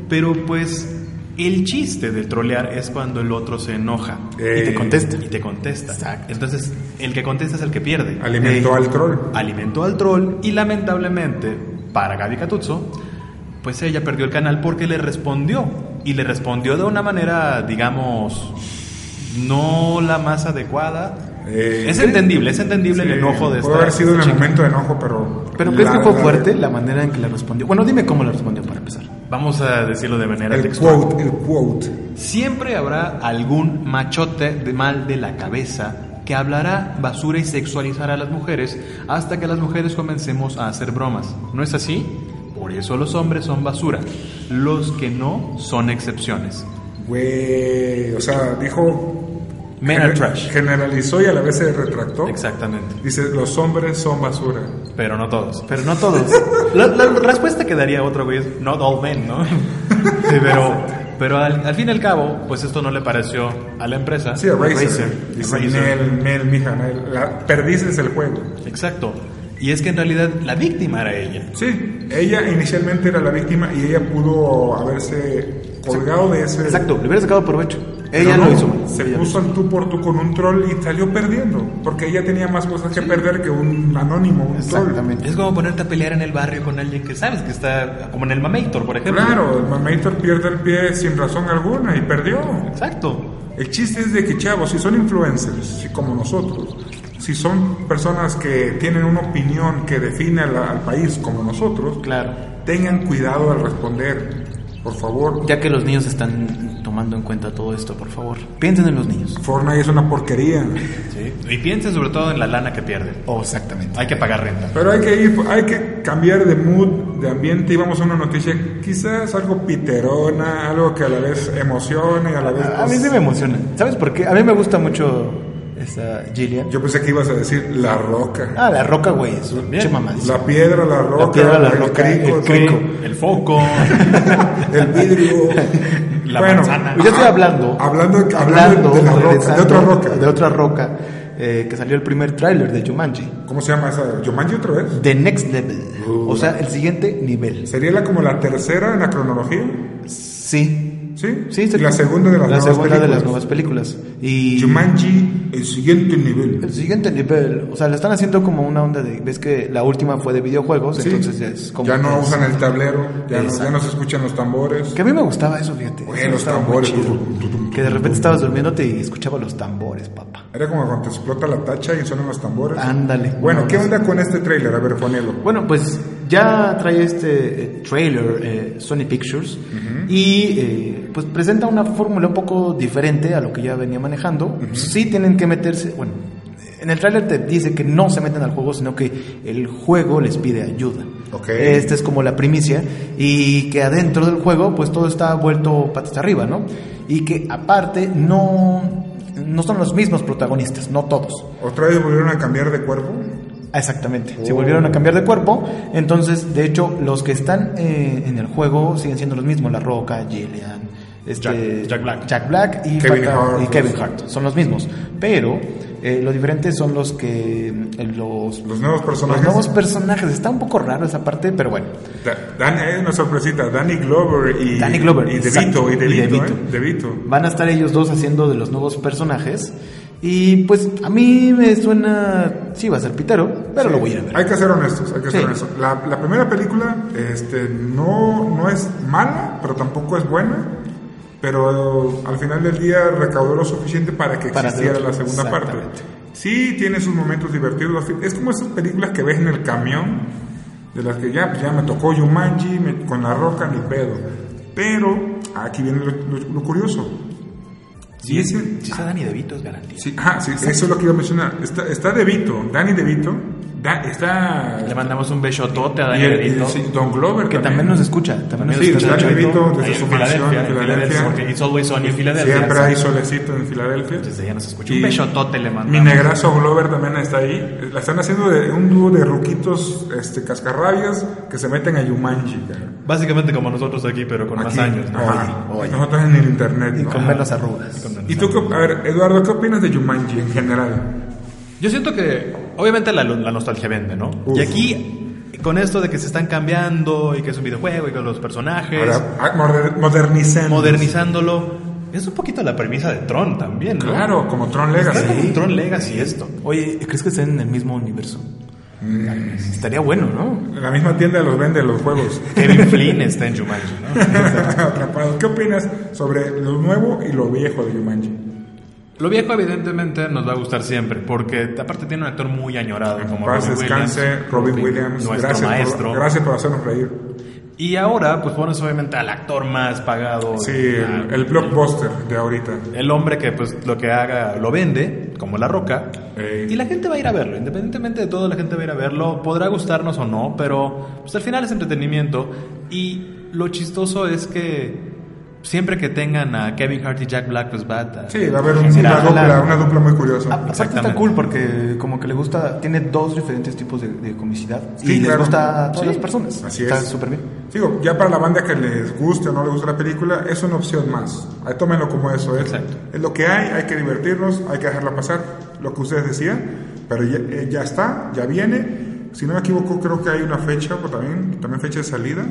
[SPEAKER 5] Pero pues el chiste del trolear es cuando el otro se enoja.
[SPEAKER 3] Eh,
[SPEAKER 4] Y te contesta.
[SPEAKER 5] Y te contesta. Entonces, el que contesta es el que pierde.
[SPEAKER 3] Alimentó
[SPEAKER 5] eh,
[SPEAKER 3] al troll.
[SPEAKER 5] Alimentó al troll y lamentablemente, para Gaby Catuzzo, pues ella perdió el canal porque le respondió. Y le respondió de una manera, digamos, no la más adecuada.
[SPEAKER 3] Eh,
[SPEAKER 5] es entendible, es entendible
[SPEAKER 3] Sí,
[SPEAKER 5] el enojo de
[SPEAKER 3] Puede
[SPEAKER 5] esta
[SPEAKER 3] haber sido en
[SPEAKER 5] esta
[SPEAKER 3] el
[SPEAKER 5] chica.
[SPEAKER 3] momento de enojo, pero.
[SPEAKER 4] Pero crees que
[SPEAKER 3] la-
[SPEAKER 4] fue
[SPEAKER 3] la-
[SPEAKER 4] fuerte la manera en que le respondió. Bueno, dime cómo le respondió para empezar.
[SPEAKER 5] Vamos a decirlo de manera
[SPEAKER 3] El
[SPEAKER 5] textual.
[SPEAKER 3] quote, el quote.
[SPEAKER 5] Siempre habrá algún machote de mal de la cabeza que hablará basura y sexualizará a las mujeres hasta que las mujeres comencemos a hacer bromas. ¿No es así? Por eso los hombres son basura. Los que no son excepciones.
[SPEAKER 3] Güey. O sea, dijo.
[SPEAKER 5] Men are trash.
[SPEAKER 3] Generalizó y a la vez se retractó.
[SPEAKER 5] Exactamente.
[SPEAKER 3] Dice: Los hombres son basura.
[SPEAKER 5] Pero no todos.
[SPEAKER 4] Pero no todos.
[SPEAKER 5] La, la respuesta que daría otro güey es not all men, ¿no? Sí, pero pero al, al fin y al cabo, pues esto no le pareció a la empresa.
[SPEAKER 3] Sí, a Razer.
[SPEAKER 5] Razer.
[SPEAKER 3] Dice:
[SPEAKER 5] Razer.
[SPEAKER 3] Nel, Nel, mija, Nel. la- Perdices el juego.
[SPEAKER 5] Exacto. Y es que en realidad la víctima era ella.
[SPEAKER 3] Sí, ella inicialmente era la víctima y ella pudo haberse colgado de ese.
[SPEAKER 4] Exacto, le hubiera sacado provecho.
[SPEAKER 3] Pero
[SPEAKER 4] Ella
[SPEAKER 3] no,
[SPEAKER 4] lo hizo mal.
[SPEAKER 3] Se puso al tú por tú con un troll y salió perdiendo. Porque ella tenía más cosas que perder que un anónimo, un troll.
[SPEAKER 4] Exactamente.
[SPEAKER 5] Es como ponerte a pelear en el barrio con alguien que sabes que está, como en el Mamator, por ejemplo.
[SPEAKER 3] Claro, el Mamator pierde el pie sin razón alguna y perdió.
[SPEAKER 5] Exacto.
[SPEAKER 3] El chiste es de que, chavos, si son influencers, si como nosotros, si son personas que tienen una opinión que define al, al país como nosotros,
[SPEAKER 4] Claro.
[SPEAKER 3] tengan cuidado al responder, por favor.
[SPEAKER 4] Ya que los niños están tomando en cuenta todo esto, por favor. Piensen en los niños.
[SPEAKER 3] Fortnite es una porquería.
[SPEAKER 5] ¿sí? Y piensen sobre todo en la lana que pierden.
[SPEAKER 4] Oh, exactamente.
[SPEAKER 5] Hay que pagar renta.
[SPEAKER 3] Pero hay que ir, hay que cambiar de mood, de ambiente y vamos a una noticia quizás algo piterona, algo que a la vez emocione, a la vez...
[SPEAKER 4] A a mí
[SPEAKER 3] pues,
[SPEAKER 4] sí me emociona. ¿Sabes por qué? A mí me gusta mucho esa Gillian.
[SPEAKER 3] Yo pensé que ibas a decir la roca.
[SPEAKER 4] Ah, la roca, güey. Es un pinche mamadísimo.
[SPEAKER 3] La piedra, la roca,
[SPEAKER 4] piedra, la
[SPEAKER 3] el
[SPEAKER 4] roca,
[SPEAKER 3] crico,
[SPEAKER 4] el crico.
[SPEAKER 5] El foco,
[SPEAKER 3] el vidrio.
[SPEAKER 5] la
[SPEAKER 3] Bueno,
[SPEAKER 5] manzana.
[SPEAKER 4] pues Yo estoy hablando.
[SPEAKER 3] Hablando- hablando de la roca,
[SPEAKER 4] regresando,
[SPEAKER 3] de otra roca.
[SPEAKER 4] De otra roca. eh, que salió el primer tráiler de Jumanji.
[SPEAKER 3] ¿Cómo se llama esa? ¿Yomanji otra vez?
[SPEAKER 4] The Next Level.
[SPEAKER 3] Uh,
[SPEAKER 4] o sea, el siguiente nivel.
[SPEAKER 3] ¿Sería la, como la tercera en la cronología?
[SPEAKER 4] Sí.
[SPEAKER 3] ¿Sí?
[SPEAKER 4] Sí,
[SPEAKER 3] Y
[SPEAKER 4] se-
[SPEAKER 3] la segunda de las
[SPEAKER 4] la
[SPEAKER 3] nuevas
[SPEAKER 4] segunda de
[SPEAKER 3] películas.
[SPEAKER 4] las nuevas películas. Y
[SPEAKER 3] Jumanji, el siguiente nivel.
[SPEAKER 4] el siguiente nivel, o sea, lo están haciendo como una onda de, ves que la última fue de videojuegos,
[SPEAKER 3] Sí.
[SPEAKER 4] entonces ya es como
[SPEAKER 3] ya no
[SPEAKER 4] que es-
[SPEAKER 3] usan el tablero, ya no, ya
[SPEAKER 4] Exacto.
[SPEAKER 3] no se escuchan los tambores.
[SPEAKER 4] Que a mí me gustaba eso, fíjate.
[SPEAKER 3] Oye,
[SPEAKER 4] Eso
[SPEAKER 3] los
[SPEAKER 4] estaba muy
[SPEAKER 3] tambores.
[SPEAKER 4] chido.
[SPEAKER 3] Tum, tum, tum,
[SPEAKER 4] Que de repente estabas durmiéndote y escuchaba los tambores, papá.
[SPEAKER 3] Era como cuando te explota la tacha y suenan los tambores.
[SPEAKER 4] Ándale.
[SPEAKER 3] Bueno,
[SPEAKER 4] No,
[SPEAKER 3] ¿qué
[SPEAKER 4] no sé.
[SPEAKER 3] onda con este tráiler? A ver, ponelo.
[SPEAKER 4] Bueno, pues ya trae este eh, trailer eh, Sony Pictures y eh, pues presenta una fórmula un poco diferente a lo que ya venía manejando. Sí tienen que meterse, bueno, en el trailer te dice que no se meten al juego, sino que el juego les pide ayuda.
[SPEAKER 3] Ok.
[SPEAKER 4] Esta es como la primicia y que adentro del juego pues todo está vuelto patas arriba, ¿no? Y que aparte no, no son los mismos protagonistas, no todos.
[SPEAKER 3] ¿Otra vez volvieron a cambiar de cuerpo?
[SPEAKER 4] Ah, Exactamente,
[SPEAKER 3] Oh.
[SPEAKER 4] se volvieron a cambiar de cuerpo. Entonces, de hecho, los que están eh, en el juego siguen siendo los mismos: La Roca, Gillian, este,
[SPEAKER 5] Jack- Jack Black.
[SPEAKER 4] Black y
[SPEAKER 3] Kevin
[SPEAKER 4] falta-
[SPEAKER 3] Hart.
[SPEAKER 4] y Kevin Hart. Son los mismos. Pero eh, lo diferente son los que. eh, los,
[SPEAKER 3] Los nuevos
[SPEAKER 4] los
[SPEAKER 3] personajes.
[SPEAKER 4] nuevos personajes. Está un poco raro esa parte, pero bueno.
[SPEAKER 3] Da- Dan, eh, una sorpresita. Danny Glover y.
[SPEAKER 4] Danny Glover,
[SPEAKER 3] Y
[SPEAKER 4] exacto,
[SPEAKER 3] DeVito, y
[SPEAKER 4] y De
[SPEAKER 3] DeVito,
[SPEAKER 4] Vito.
[SPEAKER 3] ¿eh? DeVito.
[SPEAKER 4] Van a estar ellos dos haciendo de los nuevos personajes. Y pues a mí me suena. Sí, va a ser pitero, pero lo voy a ir a ver.
[SPEAKER 3] Hay que ser honestos, hay que ser
[SPEAKER 4] Sí.
[SPEAKER 3] honestos. La, la primera película este, no, no es mala, pero tampoco es buena. Pero al final del día recaudó lo suficiente para que
[SPEAKER 4] Para
[SPEAKER 3] existiera
[SPEAKER 4] hacer
[SPEAKER 3] la
[SPEAKER 4] otra.
[SPEAKER 3] segunda parte.
[SPEAKER 4] Exactamente.
[SPEAKER 3] Sí, tiene sus momentos divertidos. Es como esas películas que ves en el camión, de las que ya, pues, ya me tocó Yumanji, con la roca ni pedo. Pero aquí viene lo, lo- lo curioso. Sí, sí.
[SPEAKER 5] Si es Danny DeVito es garantía.
[SPEAKER 3] Sí, ah, sí, eso es lo que iba a mencionar. Está, está De Vito, Danny De Vito. Da- está
[SPEAKER 5] Le mandamos un besotote a
[SPEAKER 3] y
[SPEAKER 5] Danny
[SPEAKER 3] el,
[SPEAKER 5] DeVito.
[SPEAKER 3] y el Don Glover
[SPEAKER 4] Que también nos escucha. También nos
[SPEAKER 3] Sí,
[SPEAKER 4] escucha.
[SPEAKER 3] Danny DeVito
[SPEAKER 5] Ahí
[SPEAKER 3] desde su
[SPEAKER 5] en
[SPEAKER 3] mansión
[SPEAKER 5] Filadelfia,
[SPEAKER 3] en
[SPEAKER 5] en Filadelfia, porque
[SPEAKER 3] Filadelfia.
[SPEAKER 5] it's always sunny en Filadelfia.
[SPEAKER 3] Siempre hay solecito en Filadelfia.
[SPEAKER 5] Desde allá nos escucha.
[SPEAKER 3] Y
[SPEAKER 5] Un besotote le
[SPEAKER 3] Mi
[SPEAKER 5] mandamos.
[SPEAKER 3] negrazo Glover también está ahí. La están haciendo de un dúo de ruquitos este, cascarrabias que se meten a Yumanji. cara.
[SPEAKER 5] Básicamente como nosotros aquí, pero con
[SPEAKER 3] Aquí.
[SPEAKER 5] más años. ¿no?
[SPEAKER 3] Ajá.
[SPEAKER 5] Oye, oye.
[SPEAKER 3] Nosotros en el internet.
[SPEAKER 4] Y
[SPEAKER 3] ¿no?
[SPEAKER 4] con menos arrugas.
[SPEAKER 3] ¿Y tú, qué- a ver, Eduardo, qué opinas de Yumanji en general?
[SPEAKER 5] Yo siento que, obviamente, la, la nostalgia vende, ¿no?
[SPEAKER 3] Uf.
[SPEAKER 5] Y aquí, con esto de que se están cambiando y que es un videojuego y que los personajes,
[SPEAKER 3] Ahora, ah, moder- modernizando.
[SPEAKER 5] modernizándolo, es un poquito la premisa de Tron también, ¿no?
[SPEAKER 3] Claro, como Tron
[SPEAKER 5] Está como
[SPEAKER 3] Legacy.
[SPEAKER 5] un Tron Legacy esto.
[SPEAKER 4] Oye, ¿crees que estén en el mismo universo? Estaría bueno, ¿no?
[SPEAKER 3] En la misma tienda los vende los juegos.
[SPEAKER 5] Kevin Flynn está en Jumanji, ¿no?
[SPEAKER 3] Atrapados. ¿Qué opinas sobre lo nuevo y lo viejo de Yumanji?
[SPEAKER 5] Lo viejo, evidentemente, nos va a gustar siempre, porque aparte tiene un actor muy añorado, como
[SPEAKER 3] Paz
[SPEAKER 5] Robin
[SPEAKER 3] descanse,
[SPEAKER 5] Williams,
[SPEAKER 3] Robin Williams.
[SPEAKER 5] nuestro
[SPEAKER 3] gracias,
[SPEAKER 5] maestro.
[SPEAKER 3] Por, gracias por hacernos reír.
[SPEAKER 5] Y ahora, pues pones obviamente al actor más pagado.
[SPEAKER 3] Sí, el,
[SPEAKER 5] a-
[SPEAKER 3] el blockbuster de ahorita.
[SPEAKER 5] el hombre que pues lo que haga lo vende, como la roca,
[SPEAKER 3] Ey.
[SPEAKER 5] y la gente va a ir a verlo, independientemente de todo la gente va a ir a verlo, podrá gustarnos o no, pero pues al final es entretenimiento y lo chistoso es que siempre que tengan a Kevin Hart y Jack Black pues va a
[SPEAKER 3] Sí, va a haber un-
[SPEAKER 5] generar
[SPEAKER 3] una,
[SPEAKER 4] General,
[SPEAKER 3] dupla,
[SPEAKER 4] claro.
[SPEAKER 3] una dupla muy
[SPEAKER 5] Ah,
[SPEAKER 3] curiosa.
[SPEAKER 4] Aparte está
[SPEAKER 5] Exactamente.
[SPEAKER 4] cool porque como que le gusta, tiene dos diferentes tipos de, de comicidad
[SPEAKER 3] Sí,
[SPEAKER 4] y
[SPEAKER 3] claro.
[SPEAKER 4] les gusta a todas
[SPEAKER 3] Sí,
[SPEAKER 4] las personas.
[SPEAKER 3] así
[SPEAKER 4] está
[SPEAKER 3] es.
[SPEAKER 4] súper bien.
[SPEAKER 3] Digo, ya para la banda que les guste o no les guste la película, es una opción más. Ahí tómenlo como eso es.
[SPEAKER 5] Exacto.
[SPEAKER 3] Es lo que hay, hay que divertirnos, hay que dejarla pasar, lo que ustedes decían, pero ya, eh, ya está, ya viene. Si no me equivoco, creo que hay una fecha, pues también, también fecha de salida.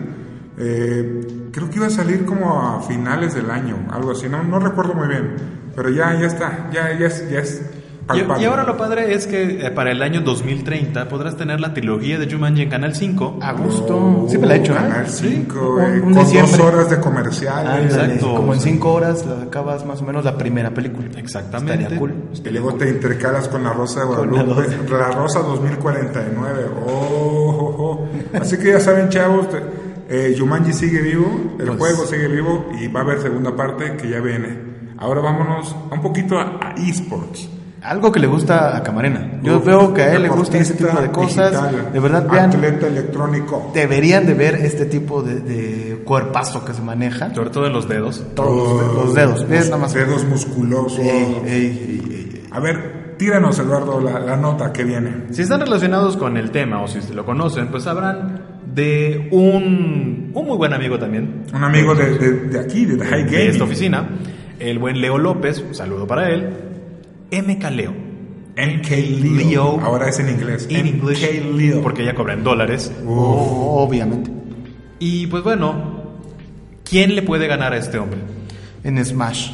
[SPEAKER 3] Eh, creo que iba a salir como a finales del año, algo así, no, no recuerdo muy bien, pero ya, ya está, ya, ya es, ya es
[SPEAKER 5] Y,
[SPEAKER 3] palpable.
[SPEAKER 5] y ahora lo padre es que eh, para el año 2030 podrás tener la trilogía de Jumanji en Canal 5.
[SPEAKER 3] Ah,
[SPEAKER 4] A gusto. Sí me Oh, la he hecho, ¿eh?
[SPEAKER 3] Canal
[SPEAKER 4] Sí.
[SPEAKER 3] 5,
[SPEAKER 4] Un-
[SPEAKER 3] eh,
[SPEAKER 4] un
[SPEAKER 3] con dos
[SPEAKER 4] diciembre.
[SPEAKER 3] horas de comerciales.
[SPEAKER 4] Ándale,
[SPEAKER 5] exacto.
[SPEAKER 4] Como en cinco horas la acabas más o menos la primera película.
[SPEAKER 5] Exactamente.
[SPEAKER 4] Estaría cool.
[SPEAKER 3] Y luego te intercalas con la Rosa de
[SPEAKER 4] Con
[SPEAKER 3] Guadalupe,
[SPEAKER 4] la
[SPEAKER 3] la, Rosa 2049. Oh, oh, oh. Así que ya saben, chavos, te- Eh, Jumanji sigue vivo, el
[SPEAKER 4] Pues-
[SPEAKER 3] juego sigue vivo y va a haber segunda parte que ya viene. Ahora vámonos un poquito a, a esports.
[SPEAKER 4] Algo que le gusta a Camarena. Yo
[SPEAKER 3] Uf,
[SPEAKER 4] veo que a él le gusta ese tipo
[SPEAKER 3] deportista
[SPEAKER 4] de cosas.
[SPEAKER 3] digital,
[SPEAKER 4] De verdad, vean,
[SPEAKER 3] Atleta electrónico.
[SPEAKER 4] deberían de ver este tipo de, de cuerpazo que se maneja.
[SPEAKER 5] Sobre todo de los dedos.
[SPEAKER 4] Todos los, los dedos. Es nada más.
[SPEAKER 3] Dedos musculosos.
[SPEAKER 4] Ey, ey, ey, ey.
[SPEAKER 3] A ver, tíranos, Eduardo, la, la nota que viene.
[SPEAKER 5] Si están relacionados con el tema o si lo conocen, pues sabrán de un, un muy buen amigo también
[SPEAKER 3] Un amigo de, de- de aquí, de The High Gaming.
[SPEAKER 5] de esta oficina, el buen Leo López, un saludo para él, MK Leo.
[SPEAKER 3] MK Leo.
[SPEAKER 5] Leo.
[SPEAKER 3] Ahora es en inglés.
[SPEAKER 5] In English,
[SPEAKER 3] MK Leo.
[SPEAKER 5] porque ya cobra en dólares.
[SPEAKER 3] Uf.
[SPEAKER 4] Oh, obviamente.
[SPEAKER 5] Y pues bueno, ¿quién le puede ganar a este hombre?
[SPEAKER 4] En Smash.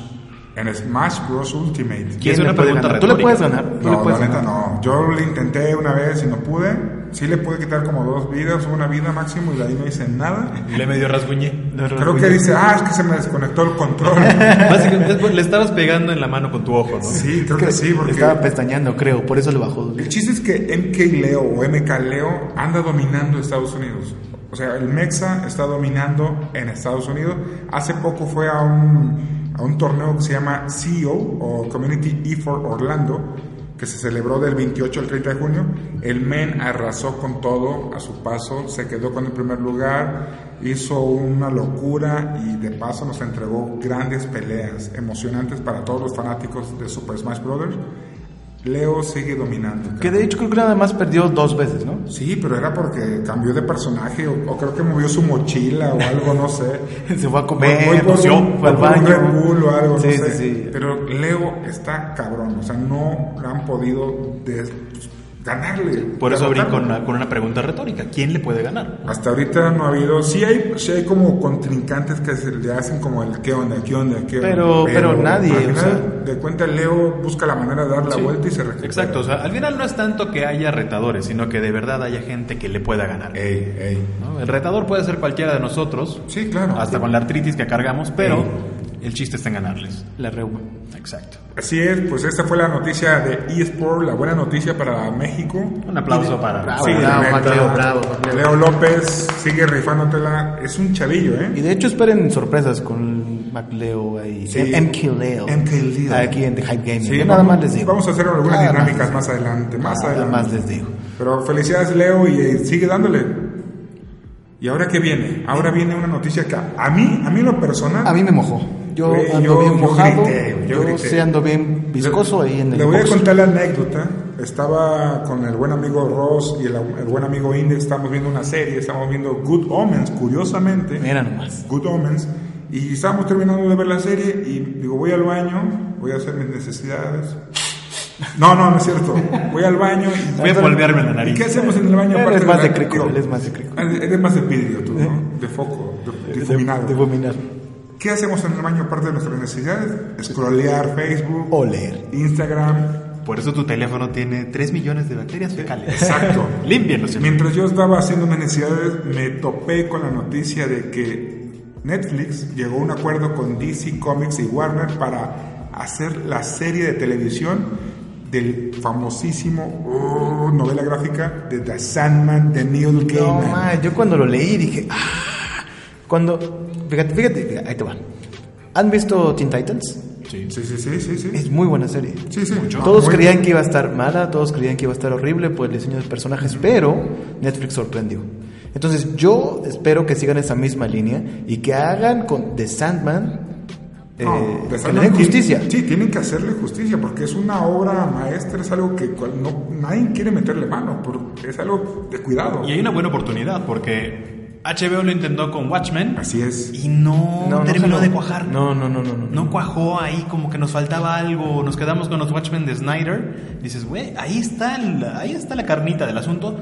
[SPEAKER 3] En Smash Bros. Ultimate.
[SPEAKER 5] ¿Quién
[SPEAKER 4] le
[SPEAKER 5] una
[SPEAKER 4] puede
[SPEAKER 5] pregunta
[SPEAKER 4] ganar? Tú le
[SPEAKER 5] retórica.
[SPEAKER 4] puedes ganar. Tú le
[SPEAKER 3] No,
[SPEAKER 4] puedes
[SPEAKER 3] la neta
[SPEAKER 4] ganar.
[SPEAKER 3] no. Yo lo intenté una vez y no pude. Sí le pude quitar como dos vidas, una vida máximo y de ahí no hice nada.
[SPEAKER 5] Le medio rasguñé.
[SPEAKER 3] Creo que dice, ah, es que se me desconectó el control.
[SPEAKER 5] Básicamente pues, le estabas pegando en la mano con tu ojo, ¿no?
[SPEAKER 3] Sí, creo que sí, porque
[SPEAKER 4] Estaba pestañando, creo. Por eso le bajó.
[SPEAKER 3] el chiste es que MK Leo o MK Leo anda dominando Estados Unidos. O sea, el Mexa está dominando en Estados Unidos. Hace poco fue a un, a un torneo que se llama CEO o Community E4 Orlando, que se celebró del 28 al 30 de junio. El men arrasó con todo a su paso, se quedó con el primer lugar, hizo una locura y de paso nos entregó grandes peleas emocionantes para todos los fanáticos de Super Smash Bros. Leo sigue dominando.
[SPEAKER 4] Que de hecho creo que nada más perdió dos veces, ¿no?
[SPEAKER 3] Sí, pero era porque cambió de personaje o, o creo que movió su mochila o algo, no sé.
[SPEAKER 4] Se fue a
[SPEAKER 3] Voy- voy
[SPEAKER 4] comer,
[SPEAKER 3] por
[SPEAKER 4] tosió,
[SPEAKER 3] un-
[SPEAKER 4] fue al
[SPEAKER 3] por un
[SPEAKER 4] baño.
[SPEAKER 3] Red Bull o algo,
[SPEAKER 4] sí,
[SPEAKER 3] no sé.
[SPEAKER 4] sí, sí.
[SPEAKER 3] Pero Leo está cabrón, o sea, no han podido des- ganarle.
[SPEAKER 5] Por eso abrí
[SPEAKER 3] derrotarlo.
[SPEAKER 5] con una, con una pregunta retórica. ¿Quién le puede ganar?
[SPEAKER 3] Hasta ahorita no ha habido. Sí hay, sí hay como contrincantes que se le hacen como el qué onda, qué onda, qué onda.
[SPEAKER 4] Pero- pero nadie,
[SPEAKER 3] al
[SPEAKER 4] o
[SPEAKER 3] final
[SPEAKER 4] sea.
[SPEAKER 3] de cuenta, Leo busca la manera de dar la
[SPEAKER 5] Sí.
[SPEAKER 3] vuelta y se recupera.
[SPEAKER 5] Exacto, o sea, al final no es tanto que haya retadores, sino que de verdad haya gente que le pueda ganar.
[SPEAKER 3] Ey, ey.
[SPEAKER 5] ¿no? El retador puede ser cualquiera de nosotros,
[SPEAKER 3] Sí, claro.
[SPEAKER 5] hasta con la artritis que cargamos, pero el chiste está en ganarles. La reuma. Exacto.
[SPEAKER 3] Así es, pues esta fue la noticia de eSport, la buena noticia para México.
[SPEAKER 5] Un aplauso para...
[SPEAKER 4] Bravo,
[SPEAKER 5] Sí, Ah,
[SPEAKER 4] bravo,
[SPEAKER 3] la neta.
[SPEAKER 4] Leo, bravo, Leo.
[SPEAKER 3] Leo López sigue rifándotela. Es un chavillo,
[SPEAKER 4] Y
[SPEAKER 3] ¿eh?
[SPEAKER 4] de hecho esperen sorpresas con MacLeo ahí.
[SPEAKER 3] Sí.
[SPEAKER 4] MK Leo. Ah,
[SPEAKER 3] MK Leo.
[SPEAKER 4] Aquí en The Hype Gaming.
[SPEAKER 3] Sí,
[SPEAKER 4] Yo
[SPEAKER 3] vamos-
[SPEAKER 4] nada más les digo.
[SPEAKER 3] Vamos a hacer algunas
[SPEAKER 4] Nada
[SPEAKER 3] dinámicas
[SPEAKER 4] más.
[SPEAKER 3] más adelante. Más
[SPEAKER 4] Nada
[SPEAKER 3] adelante.
[SPEAKER 4] más les digo.
[SPEAKER 3] Pero felicidades, Leo, y eh, sigue dándole. ¿Y ahora qué viene? Ahora viene una noticia que a, a mí, a mí en lo personal.
[SPEAKER 4] A mí me mojó. Yo
[SPEAKER 3] Güey,
[SPEAKER 4] ando
[SPEAKER 3] yo-
[SPEAKER 4] bien
[SPEAKER 3] yo
[SPEAKER 4] mojado.
[SPEAKER 3] grité,
[SPEAKER 4] Yo,
[SPEAKER 3] yo grité.
[SPEAKER 4] sí ando bien viscoso ahí en el
[SPEAKER 3] Le voy
[SPEAKER 4] box.
[SPEAKER 3] a contar la anécdota. Estaba con el buen amigo Ross y el, el buen amigo Index. Estamos viendo una serie, estamos viendo Good Omens, curiosamente.
[SPEAKER 4] Mira nomás.
[SPEAKER 3] Good Omens. Y estábamos terminando de ver la serie y digo, voy al baño, voy a hacer mis necesidades. No, no, no es cierto. Voy al baño y...
[SPEAKER 5] Voy a polvearme la
[SPEAKER 3] ¿Y
[SPEAKER 5] nariz.
[SPEAKER 3] qué hacemos en el baño?
[SPEAKER 4] Él
[SPEAKER 3] aparte
[SPEAKER 4] es
[SPEAKER 3] del
[SPEAKER 4] más de
[SPEAKER 3] baño?
[SPEAKER 4] crico,
[SPEAKER 3] Digo,
[SPEAKER 4] él es más de crico.
[SPEAKER 3] Eres más de vidrio tú, ¿no? De foco, de- difuminado.
[SPEAKER 4] De vominar.
[SPEAKER 3] ¿Qué hacemos en el baño aparte de nuestras necesidades? Scrollear Facebook,
[SPEAKER 4] O leer.
[SPEAKER 3] Instagram.
[SPEAKER 5] Por eso tu teléfono tiene 3 millones de bacterias fecales.
[SPEAKER 3] Exacto.
[SPEAKER 5] Límpienlo, señor.
[SPEAKER 3] Mientras yo estaba haciendo mis necesidades, me topé con la noticia de que Netflix llegó a un acuerdo con DC Comics y Warner para hacer la serie de televisión del famosísimo oh, novela gráfica de The Sandman de Neil
[SPEAKER 4] No,
[SPEAKER 3] Gaiman.
[SPEAKER 4] ma, yo cuando lo leí dije, ah, cuando, fíjate, fíjate, fíjate, ahí te van. ¿Han visto Teen Titans?
[SPEAKER 5] Sí.
[SPEAKER 3] sí, sí, sí, sí, sí.
[SPEAKER 4] Es muy buena serie.
[SPEAKER 3] Sí, sí. Mucho.
[SPEAKER 4] Todos
[SPEAKER 3] Muy-
[SPEAKER 4] creían que iba a estar mala, todos creían que iba a estar horrible por el diseño de personajes, pero Netflix sorprendió. Entonces yo espero que sigan esa misma línea y que hagan con The Sandman, eh,
[SPEAKER 3] No,
[SPEAKER 4] que
[SPEAKER 3] de
[SPEAKER 4] le
[SPEAKER 3] Sandman
[SPEAKER 4] den
[SPEAKER 3] tiene-
[SPEAKER 4] justicia.
[SPEAKER 3] Sí, tienen que hacerle justicia porque es una obra maestra, es algo que cual- no, nadie quiere meterle mano, porque es algo de cuidado.
[SPEAKER 5] Y hay una buena oportunidad porque HBO lo intentó con Watchmen
[SPEAKER 3] Así es.
[SPEAKER 5] y no,
[SPEAKER 4] No, no
[SPEAKER 5] terminó
[SPEAKER 4] jaló.
[SPEAKER 5] de cuajar.
[SPEAKER 4] No, no, no, no, no.
[SPEAKER 5] No cuajó ahí, como que nos faltaba algo. Nos quedamos con los Watchmen de Snyder. Dices, güey, ahí está, la, ahí está la carnita del asunto.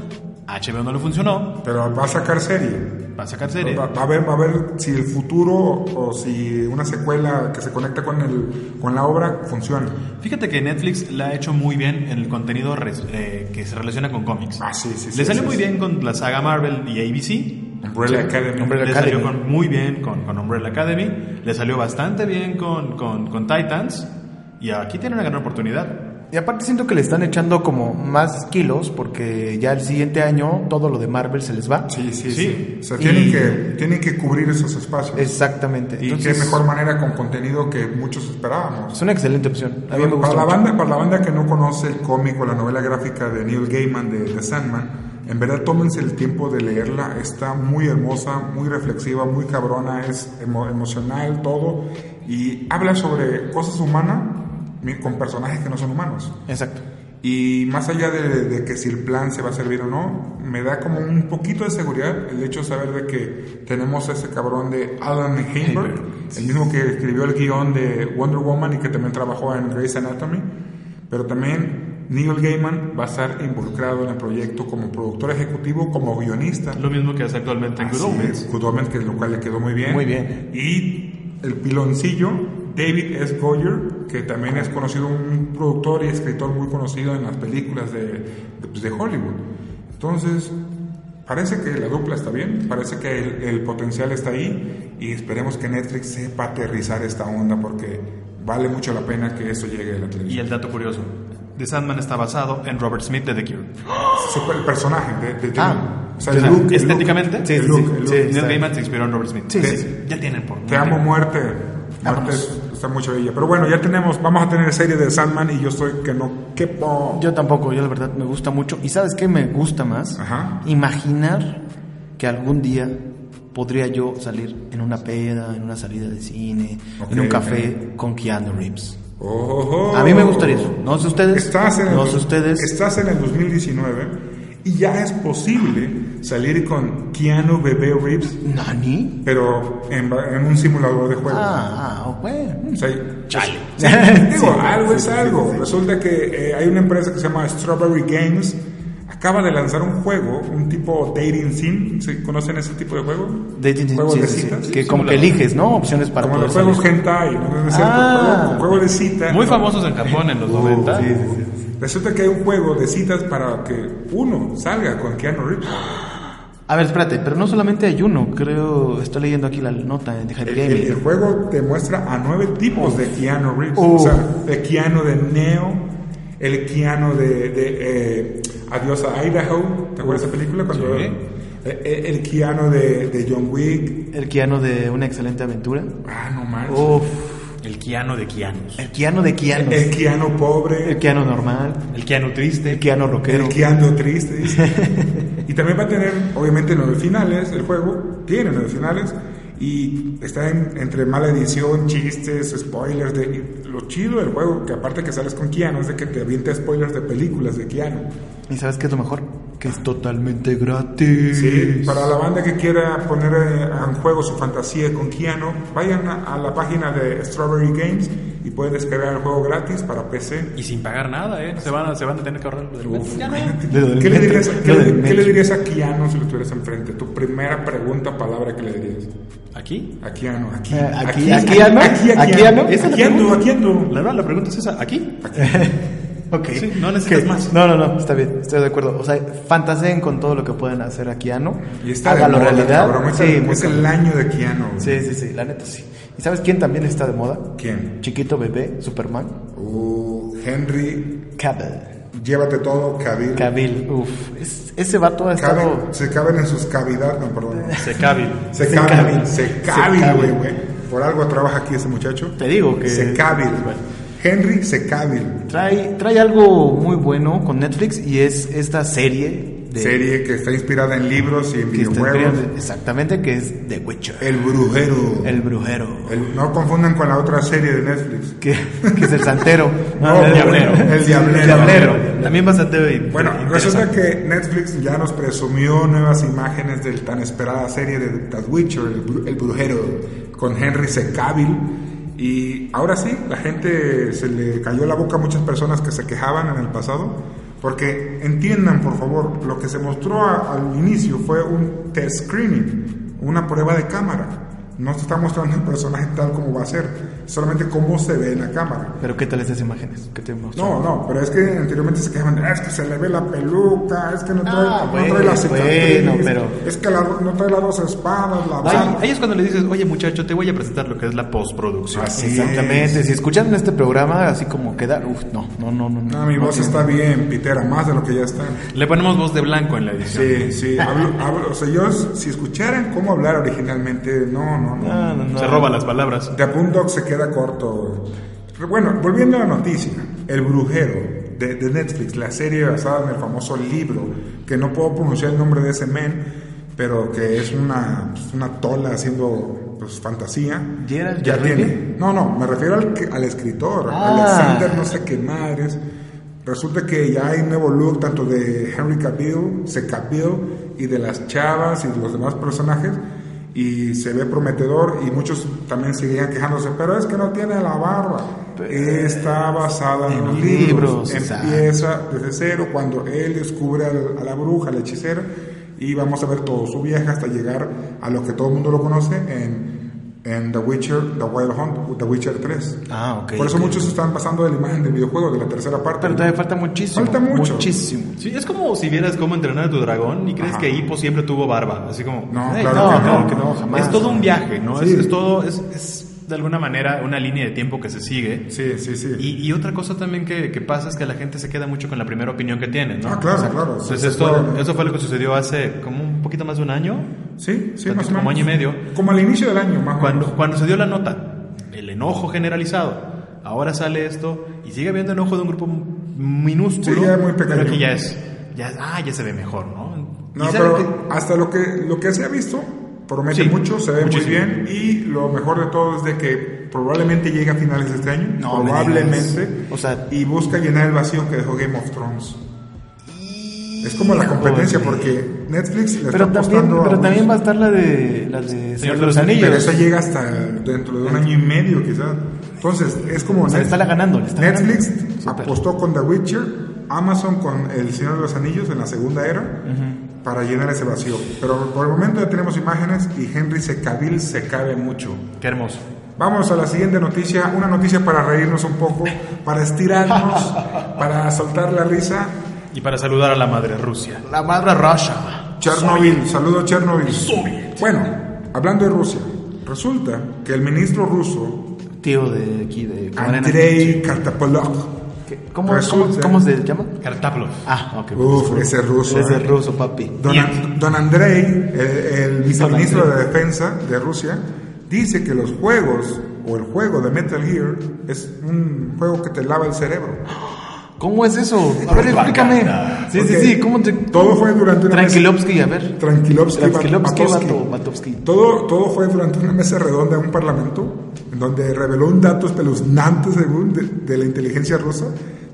[SPEAKER 5] HBO no le funcionó.
[SPEAKER 3] Pero va a sacar serie.
[SPEAKER 5] Va a sacar serie.
[SPEAKER 3] Va, va a ver, va a ver si el futuro o si una secuela que se conecta con el con la obra funciona.
[SPEAKER 5] Fíjate que Netflix la ha hecho muy bien en el contenido res- eh, que se relaciona con cómics.
[SPEAKER 3] Ah, sí, sí, sí,
[SPEAKER 5] Le salió
[SPEAKER 3] sí,
[SPEAKER 5] muy
[SPEAKER 3] sí.
[SPEAKER 5] bien con la saga Marvel y ABC.
[SPEAKER 3] Umbrella Academy.
[SPEAKER 5] le
[SPEAKER 4] Umbrella Academy.
[SPEAKER 5] salió con- muy bien con, con Umbrella Academy. Le salió bastante bien con, con, con Titans. Y aquí tiene una gran oportunidad.
[SPEAKER 4] Y aparte siento que le están echando como más kilos porque ya el siguiente año todo lo de Marvel se les va.
[SPEAKER 3] Sí, sí, sí.
[SPEAKER 5] Sí.
[SPEAKER 3] O sea,
[SPEAKER 4] Y-
[SPEAKER 3] tienen, que, tienen que cubrir esos espacios.
[SPEAKER 4] Exactamente.
[SPEAKER 3] y
[SPEAKER 4] Entonces,
[SPEAKER 3] qué mejor manera con contenido que muchos esperábamos.
[SPEAKER 4] Es una excelente opción. A mí me gusta.
[SPEAKER 3] para, la
[SPEAKER 4] mucho.
[SPEAKER 3] banda, para la banda que no conoce el cómic o la novela gráfica de Neil Gaiman de The Sandman, en verdad tómense el tiempo de leerla. Está muy hermosa, muy reflexiva, muy cabrona, es emo- emocional, todo. Y habla sobre cosas humanas mi- con personajes que no son humanos.
[SPEAKER 4] Exacto.
[SPEAKER 3] Y más allá de, de que si el plan se va a servir o no, me da como un poquito de seguridad el hecho de saber de que tenemos a ese cabrón de Alan Heinberg, el mismo que escribió el guión de Wonder Woman y que también trabajó en Grey's Anatomy, pero también Neil Gaiman va a estar involucrado en el proyecto como productor ejecutivo, como guionista.
[SPEAKER 5] Lo mismo que hace actualmente en Good
[SPEAKER 3] Así
[SPEAKER 5] Omens.
[SPEAKER 3] es, Good Omens, que lo cual le quedó muy bien.
[SPEAKER 4] Muy bien.
[SPEAKER 3] Y el piloncillo, David S. Goyer, que también es conocido, un productor y escritor muy conocido en las películas de, de, pues, de Hollywood. Entonces, parece que la dupla está bien, parece que el, el potencial está ahí y esperemos que Netflix sepa aterrizar esta onda porque vale mucho la pena que esto llegue a la
[SPEAKER 5] Y
[SPEAKER 3] televisión.
[SPEAKER 5] el dato curioso, The Sandman está basado en Robert Smith de The Cure.
[SPEAKER 3] Su- el personaje de, de
[SPEAKER 4] Ah,
[SPEAKER 3] o sea,
[SPEAKER 5] O
[SPEAKER 3] el
[SPEAKER 5] sea,
[SPEAKER 3] look, el
[SPEAKER 5] estéticamente,
[SPEAKER 3] look, el look, el look.
[SPEAKER 4] sí,
[SPEAKER 5] Neil
[SPEAKER 4] está
[SPEAKER 5] Gaiman se inspiró en Robert Smith.
[SPEAKER 4] Sí,
[SPEAKER 5] Te-
[SPEAKER 4] sí.
[SPEAKER 5] Ya tienen por
[SPEAKER 3] Te amo muerte. Muerte es- está mucho bella. Pero bueno, ya tenemos, vamos a tener serie de Sandman y yo estoy que no quepo.
[SPEAKER 4] Yo tampoco, yo la verdad me gusta mucho. ¿Y sabes qué me gusta más?
[SPEAKER 3] Ajá.
[SPEAKER 4] Imaginar que algún día podría yo salir en una peda, en una salida de cine,
[SPEAKER 3] Ok,
[SPEAKER 4] en un café
[SPEAKER 3] ok.
[SPEAKER 4] con Keanu Reeves.
[SPEAKER 3] Ojo.
[SPEAKER 4] A mí me gustaría eso. No sé ustedes.
[SPEAKER 3] Estás en el,
[SPEAKER 4] no sé ustedes.
[SPEAKER 3] Estás en el 2019 y ya es posible salir con Keanu Bebé Reeves,
[SPEAKER 4] ¿Nani?
[SPEAKER 3] pero en, ba- en un simulador de juegos.
[SPEAKER 4] Ah, ah, bueno.
[SPEAKER 3] O sea,
[SPEAKER 5] Chale.
[SPEAKER 3] Sí, digo, algo es algo. Resulta que eh, hay una empresa que se llama Strawberry Games. Acaba de lanzar un juego, un tipo dating sim. ¿Sí ¿Conocen ese tipo de juego?
[SPEAKER 4] Dating sim,
[SPEAKER 3] Juegos
[SPEAKER 4] sí,
[SPEAKER 3] de
[SPEAKER 4] sí, sí.
[SPEAKER 3] citas.
[SPEAKER 4] Que como que eliges, ¿no? Opciones para
[SPEAKER 3] Como
[SPEAKER 4] poder
[SPEAKER 3] los juegos
[SPEAKER 4] salir.
[SPEAKER 3] hentai, ¿no? Es cierto,
[SPEAKER 4] Ah.
[SPEAKER 3] juego, juego de cita.
[SPEAKER 5] Muy
[SPEAKER 3] ¿no?
[SPEAKER 5] famosos en Japón en los
[SPEAKER 3] Uh,
[SPEAKER 5] 90.
[SPEAKER 3] Resulta que hay un juego de citas para que uno salga con Keanu Reeves.
[SPEAKER 4] A ver, espérate, pero no solamente hay uno, creo, estoy leyendo aquí la nota de Hype
[SPEAKER 3] El, el- el
[SPEAKER 4] Gaming.
[SPEAKER 3] juego te muestra a nueve tipos de Keanu Reeves.
[SPEAKER 4] Uf.
[SPEAKER 3] O sea, el Keanu de Neo, el Keanu de, de, eh, Adiós a Idaho. ¿Te acuerdas de esa película? Cuando,
[SPEAKER 5] Sí.
[SPEAKER 3] Eh, eh, el Keanu de, de John Wick.
[SPEAKER 4] El Keanu de Una Excelente Aventura.
[SPEAKER 3] Ah, no manches.
[SPEAKER 4] Uf,
[SPEAKER 5] El Keanu de Keanos.
[SPEAKER 4] el Keanu de Keanu.
[SPEAKER 3] El Keanu pobre.
[SPEAKER 4] El Keanu normal.
[SPEAKER 5] El Keanu triste.
[SPEAKER 4] El Keanu rockero.
[SPEAKER 3] El Keanu triste. dice. y también va a tener, obviamente, nueve finales. El juego tiene nueve finales. Y está en- entre mala edición, chistes, spoilers. De, y lo chido del juego, que aparte que sales con Keanu, es de que te avienta spoilers de películas de Keanu.
[SPEAKER 4] ¿Y sabes qué es lo mejor? Que es totalmente gratis.
[SPEAKER 3] Sí, para la banda que quiera poner eh, en juego su fantasía con Keanu, vayan a, a la página de Strawberry Games y pueden descargar el juego gratis para PC.
[SPEAKER 5] Y sin pagar nada, ¿eh? Se van a, se van a tener que ahorrar lo del metro. Ya no.
[SPEAKER 4] Lo del
[SPEAKER 3] ¿Qué le,
[SPEAKER 4] metro,
[SPEAKER 3] dirías,
[SPEAKER 4] lo
[SPEAKER 3] qué le-
[SPEAKER 4] del
[SPEAKER 3] qué le
[SPEAKER 4] metro.
[SPEAKER 3] dirías a Keanu si lo tuvieras enfrente? Tu primera pregunta, palabra que le dirías.
[SPEAKER 5] ¿Aquí?
[SPEAKER 3] A Keanu, aquí.
[SPEAKER 4] Eh, aquí- ¿a Keanu?
[SPEAKER 3] Aquí,
[SPEAKER 4] ¿A
[SPEAKER 3] aquí,
[SPEAKER 4] Keanu?
[SPEAKER 3] aquí,
[SPEAKER 4] ¿Esa es la
[SPEAKER 3] aquí ando, aquí ando.
[SPEAKER 5] La verdad, la pregunta es esa. ¿Aquí?
[SPEAKER 4] Ok.
[SPEAKER 5] Sí, no necesitas
[SPEAKER 4] Ok.
[SPEAKER 5] más.
[SPEAKER 4] No, no, no, está bien, estoy de acuerdo. O sea, fantaseen con todo lo que pueden hacer a Keanu.
[SPEAKER 3] Y está
[SPEAKER 4] Hágalo
[SPEAKER 3] de moda,
[SPEAKER 4] realidad.
[SPEAKER 3] cabrón, es,
[SPEAKER 4] sí,
[SPEAKER 3] el,
[SPEAKER 4] muy
[SPEAKER 3] es el año de Keanu.
[SPEAKER 4] Sí, sí, sí, la neta sí. ¿Y sabes quién también está de moda?
[SPEAKER 3] ¿Quién?
[SPEAKER 4] Chiquito bebé, Superman,
[SPEAKER 3] Uh, Henry,
[SPEAKER 4] Cavill.
[SPEAKER 3] llévate todo, Cabil.
[SPEAKER 4] Cavill, uff. ese vato ha estado.
[SPEAKER 3] Caben, se caben en sus cavidades, no, perdón.
[SPEAKER 5] Se cabil.
[SPEAKER 3] Se
[SPEAKER 4] Se
[SPEAKER 3] caben,
[SPEAKER 4] caben.
[SPEAKER 3] se
[SPEAKER 4] Se caben.
[SPEAKER 3] caben, güey, güey. Por algo trabaja aquí ese muchacho.
[SPEAKER 4] Te digo que-
[SPEAKER 3] Se caben.
[SPEAKER 4] Bueno.
[SPEAKER 3] Henry se caben.
[SPEAKER 4] Trae, trae algo muy bueno con Netflix y es esta serie de.
[SPEAKER 3] Serie que está inspirada en libros y en
[SPEAKER 4] que está
[SPEAKER 3] videojuegos.
[SPEAKER 4] inspirada- exactamente, que es The Witcher.
[SPEAKER 3] El brujero.
[SPEAKER 4] El brujero.
[SPEAKER 3] El- no confundan con la otra serie de Netflix.
[SPEAKER 4] Que, que es el santero.
[SPEAKER 3] No,
[SPEAKER 4] el
[SPEAKER 3] el
[SPEAKER 4] diablero.
[SPEAKER 3] diablero.
[SPEAKER 4] El diablero. También bastante.
[SPEAKER 3] Bueno,
[SPEAKER 5] Interesante.
[SPEAKER 3] resulta que Netflix ya nos presumió nuevas imágenes del tan esperada serie de The Witcher, el, bru- el brujero, con Henry Cavill. Y ahora sí, la gente se le cayó la boca a muchas personas que se quejaban en el pasado. Porque entiendan, por favor, lo que se mostró a- al inicio fue un test screening, una prueba de cámara. No se está mostrando el personaje tal como va a ser. solamente cómo se ve en la cámara.
[SPEAKER 4] Pero ¿qué tal esas imágenes? ¿Qué te mostraron?
[SPEAKER 3] No, no, pero es que anteriormente se quejaban, "Ah, es que se le ve la peluca, es que no trae,
[SPEAKER 4] Ah,
[SPEAKER 3] no
[SPEAKER 4] bueno,
[SPEAKER 3] trae la cicatriz,
[SPEAKER 4] bueno, pero-
[SPEAKER 3] es que la- no trae las dos espadas, la
[SPEAKER 5] Ahí,
[SPEAKER 3] barba".
[SPEAKER 5] ahí es cuando le dices, oye muchacho, te voy a presentar lo que es la postproducción.
[SPEAKER 3] Así
[SPEAKER 4] Exactamente, si escucharon este programa así como queda, uf, no, no, no, no.
[SPEAKER 3] No, Ah, mi
[SPEAKER 4] no
[SPEAKER 3] voz
[SPEAKER 4] tiene-
[SPEAKER 3] está bien pitera, más de lo que ya está.
[SPEAKER 5] Le ponemos voz de blanco en la
[SPEAKER 3] Sí,
[SPEAKER 5] edición.
[SPEAKER 3] sí, hablo, hablo, o sea, yo si escucharan cómo hablar originalmente, no, no, no.
[SPEAKER 4] No, no, no.
[SPEAKER 5] Se roba las palabras.
[SPEAKER 3] The Boondock se queda corto. Pero Bueno, volviendo a la noticia, El Brujero de, de Netflix, la serie basada en el famoso libro, que no puedo pronunciar el nombre de ese men, pero que es una, pues, una tola haciendo pues, fantasía.
[SPEAKER 4] Gerald
[SPEAKER 3] ya
[SPEAKER 4] de
[SPEAKER 3] tiene. No, no, me refiero al, que- al escritor,
[SPEAKER 4] Ah.
[SPEAKER 3] Alexander no sé qué madres. Resulta que ya hay nuevo look tanto de Henry Cavill, se Cavill y de las chavas y los demás personajes y se ve prometedor y muchos también seguían quejándose, pero es que no tiene la barba. Está basada
[SPEAKER 4] Pues,
[SPEAKER 3] en,
[SPEAKER 4] En
[SPEAKER 3] los
[SPEAKER 4] libros,
[SPEAKER 3] libros.
[SPEAKER 4] exacto.
[SPEAKER 3] Empieza desde cero cuando él descubre al- a la bruja, al hechicero y vamos a ver todo su viaje hasta llegar a lo que todo el mundo lo conoce en, en The Witcher, The Wild Hunt, The Witcher 3.
[SPEAKER 4] Ah, ok.
[SPEAKER 3] Por eso
[SPEAKER 4] ok.
[SPEAKER 3] muchos están pasando de la imagen del videojuego, de la tercera parte.
[SPEAKER 4] Pero todavía falta muchísimo.
[SPEAKER 3] Falta mucho.
[SPEAKER 4] Muchísimo.
[SPEAKER 5] Sí, es como si vieras cómo entrenar a tu dragón y crees
[SPEAKER 3] Ajá.
[SPEAKER 5] que Hippo siempre tuvo barba. Así como.
[SPEAKER 3] No,
[SPEAKER 5] "Ey,
[SPEAKER 3] claro
[SPEAKER 4] no,
[SPEAKER 3] que
[SPEAKER 4] claro
[SPEAKER 3] no.
[SPEAKER 4] que no, jamás.
[SPEAKER 5] Es todo un viaje, ¿no?
[SPEAKER 3] Sí.
[SPEAKER 5] Es, es todo. Es, es de alguna manera una línea de tiempo que se sigue.
[SPEAKER 3] Sí, sí, sí.
[SPEAKER 5] Y, y otra cosa también que, que pasa es que la gente se queda mucho con la primera opinión que tiene, ¿no?
[SPEAKER 3] Ah, claro, claro.
[SPEAKER 5] Entonces,
[SPEAKER 3] Se- se
[SPEAKER 5] esto,
[SPEAKER 3] puede.
[SPEAKER 5] eso fue lo que sucedió hace como un poquito más de un año,
[SPEAKER 3] Sí, sí, más o
[SPEAKER 5] Como
[SPEAKER 3] menos.
[SPEAKER 5] año y medio.
[SPEAKER 3] Como al inicio del año, más o
[SPEAKER 5] cuando,
[SPEAKER 3] menos.
[SPEAKER 5] cuando se dio la nota, el enojo generalizado. Ahora sale esto y sigue habiendo enojo de un grupo minúsculo,
[SPEAKER 3] Sí, ya muy pequeño.
[SPEAKER 5] pero que ya es, ya, ah, ya se ve mejor, ¿no?
[SPEAKER 3] No,
[SPEAKER 5] ¿Y saben
[SPEAKER 3] pero
[SPEAKER 5] qué?
[SPEAKER 3] hasta lo que, lo que se ha visto, promete
[SPEAKER 5] Sí,
[SPEAKER 3] mucho, se ve
[SPEAKER 5] muchísimo.
[SPEAKER 3] muy bien. Y lo mejor de todo es de que probablemente llegue a finales de este año.
[SPEAKER 4] No me
[SPEAKER 3] probablemente.
[SPEAKER 4] digas. O sea-
[SPEAKER 3] y busca llenar el vacío que dejó Game of Thrones. Es como la competencia,
[SPEAKER 4] Híjole.
[SPEAKER 3] porque Netflix le
[SPEAKER 4] Pero
[SPEAKER 3] está
[SPEAKER 4] también,
[SPEAKER 3] apostando a
[SPEAKER 4] pero
[SPEAKER 3] un-
[SPEAKER 4] también va a estar la de, la de Señor de los
[SPEAKER 3] Pero
[SPEAKER 4] Anillos.
[SPEAKER 3] esa llega hasta dentro de un año y medio, quizás. Entonces, es como.
[SPEAKER 4] O sea, le está la ganando. le está
[SPEAKER 3] Netflix
[SPEAKER 4] ganando. Súper.
[SPEAKER 3] apostó con The Witcher, Amazon con El Señor de los Anillos en la segunda era para llenar ese vacío. Pero por el momento ya tenemos imágenes y Henry Secavil se cabe mucho.
[SPEAKER 5] Qué hermoso.
[SPEAKER 3] Vamos a la siguiente noticia, una noticia para reírnos un poco, para estirarnos, para soltar la risa.
[SPEAKER 5] Y para saludar a la madre Rusia.
[SPEAKER 4] La madre Russia.
[SPEAKER 3] Chernobyl, saludo Chernobyl. Bueno, hablando de Rusia, resulta que el ministro ruso,
[SPEAKER 4] Tío de aquí, de Camarena.
[SPEAKER 3] Andrei Kartapolok,
[SPEAKER 4] ¿Qué- ¿Cómo, cómo,
[SPEAKER 3] Resulta-
[SPEAKER 4] cómo se llama?
[SPEAKER 5] Kartaplov.
[SPEAKER 4] Ah, ok.
[SPEAKER 3] Uf, ese ruso,
[SPEAKER 4] Ese
[SPEAKER 3] eh.
[SPEAKER 4] ruso, papi.
[SPEAKER 3] Don,
[SPEAKER 5] Bien.
[SPEAKER 3] don Andrei, el, el viceministro
[SPEAKER 4] Andrei.
[SPEAKER 3] de Defensa de Rusia, dice que los juegos o el juego de Metal Gear es un juego que te lava el cerebro.
[SPEAKER 4] ¿Cómo es eso? A ver, explícame. Sí, sí,
[SPEAKER 3] Ok.
[SPEAKER 4] sí. ¿Cómo te...
[SPEAKER 3] Todo fue durante una
[SPEAKER 4] Tranquilovsky, a ver.
[SPEAKER 3] mesa. Tranquilovsky,
[SPEAKER 4] Tranquilovsky,
[SPEAKER 3] Batowski.
[SPEAKER 4] vato, Batovsky.
[SPEAKER 3] Todo, todo fue durante una mesa redonda en un parlamento, en donde reveló un dato espeluznante según de, de la inteligencia rusa.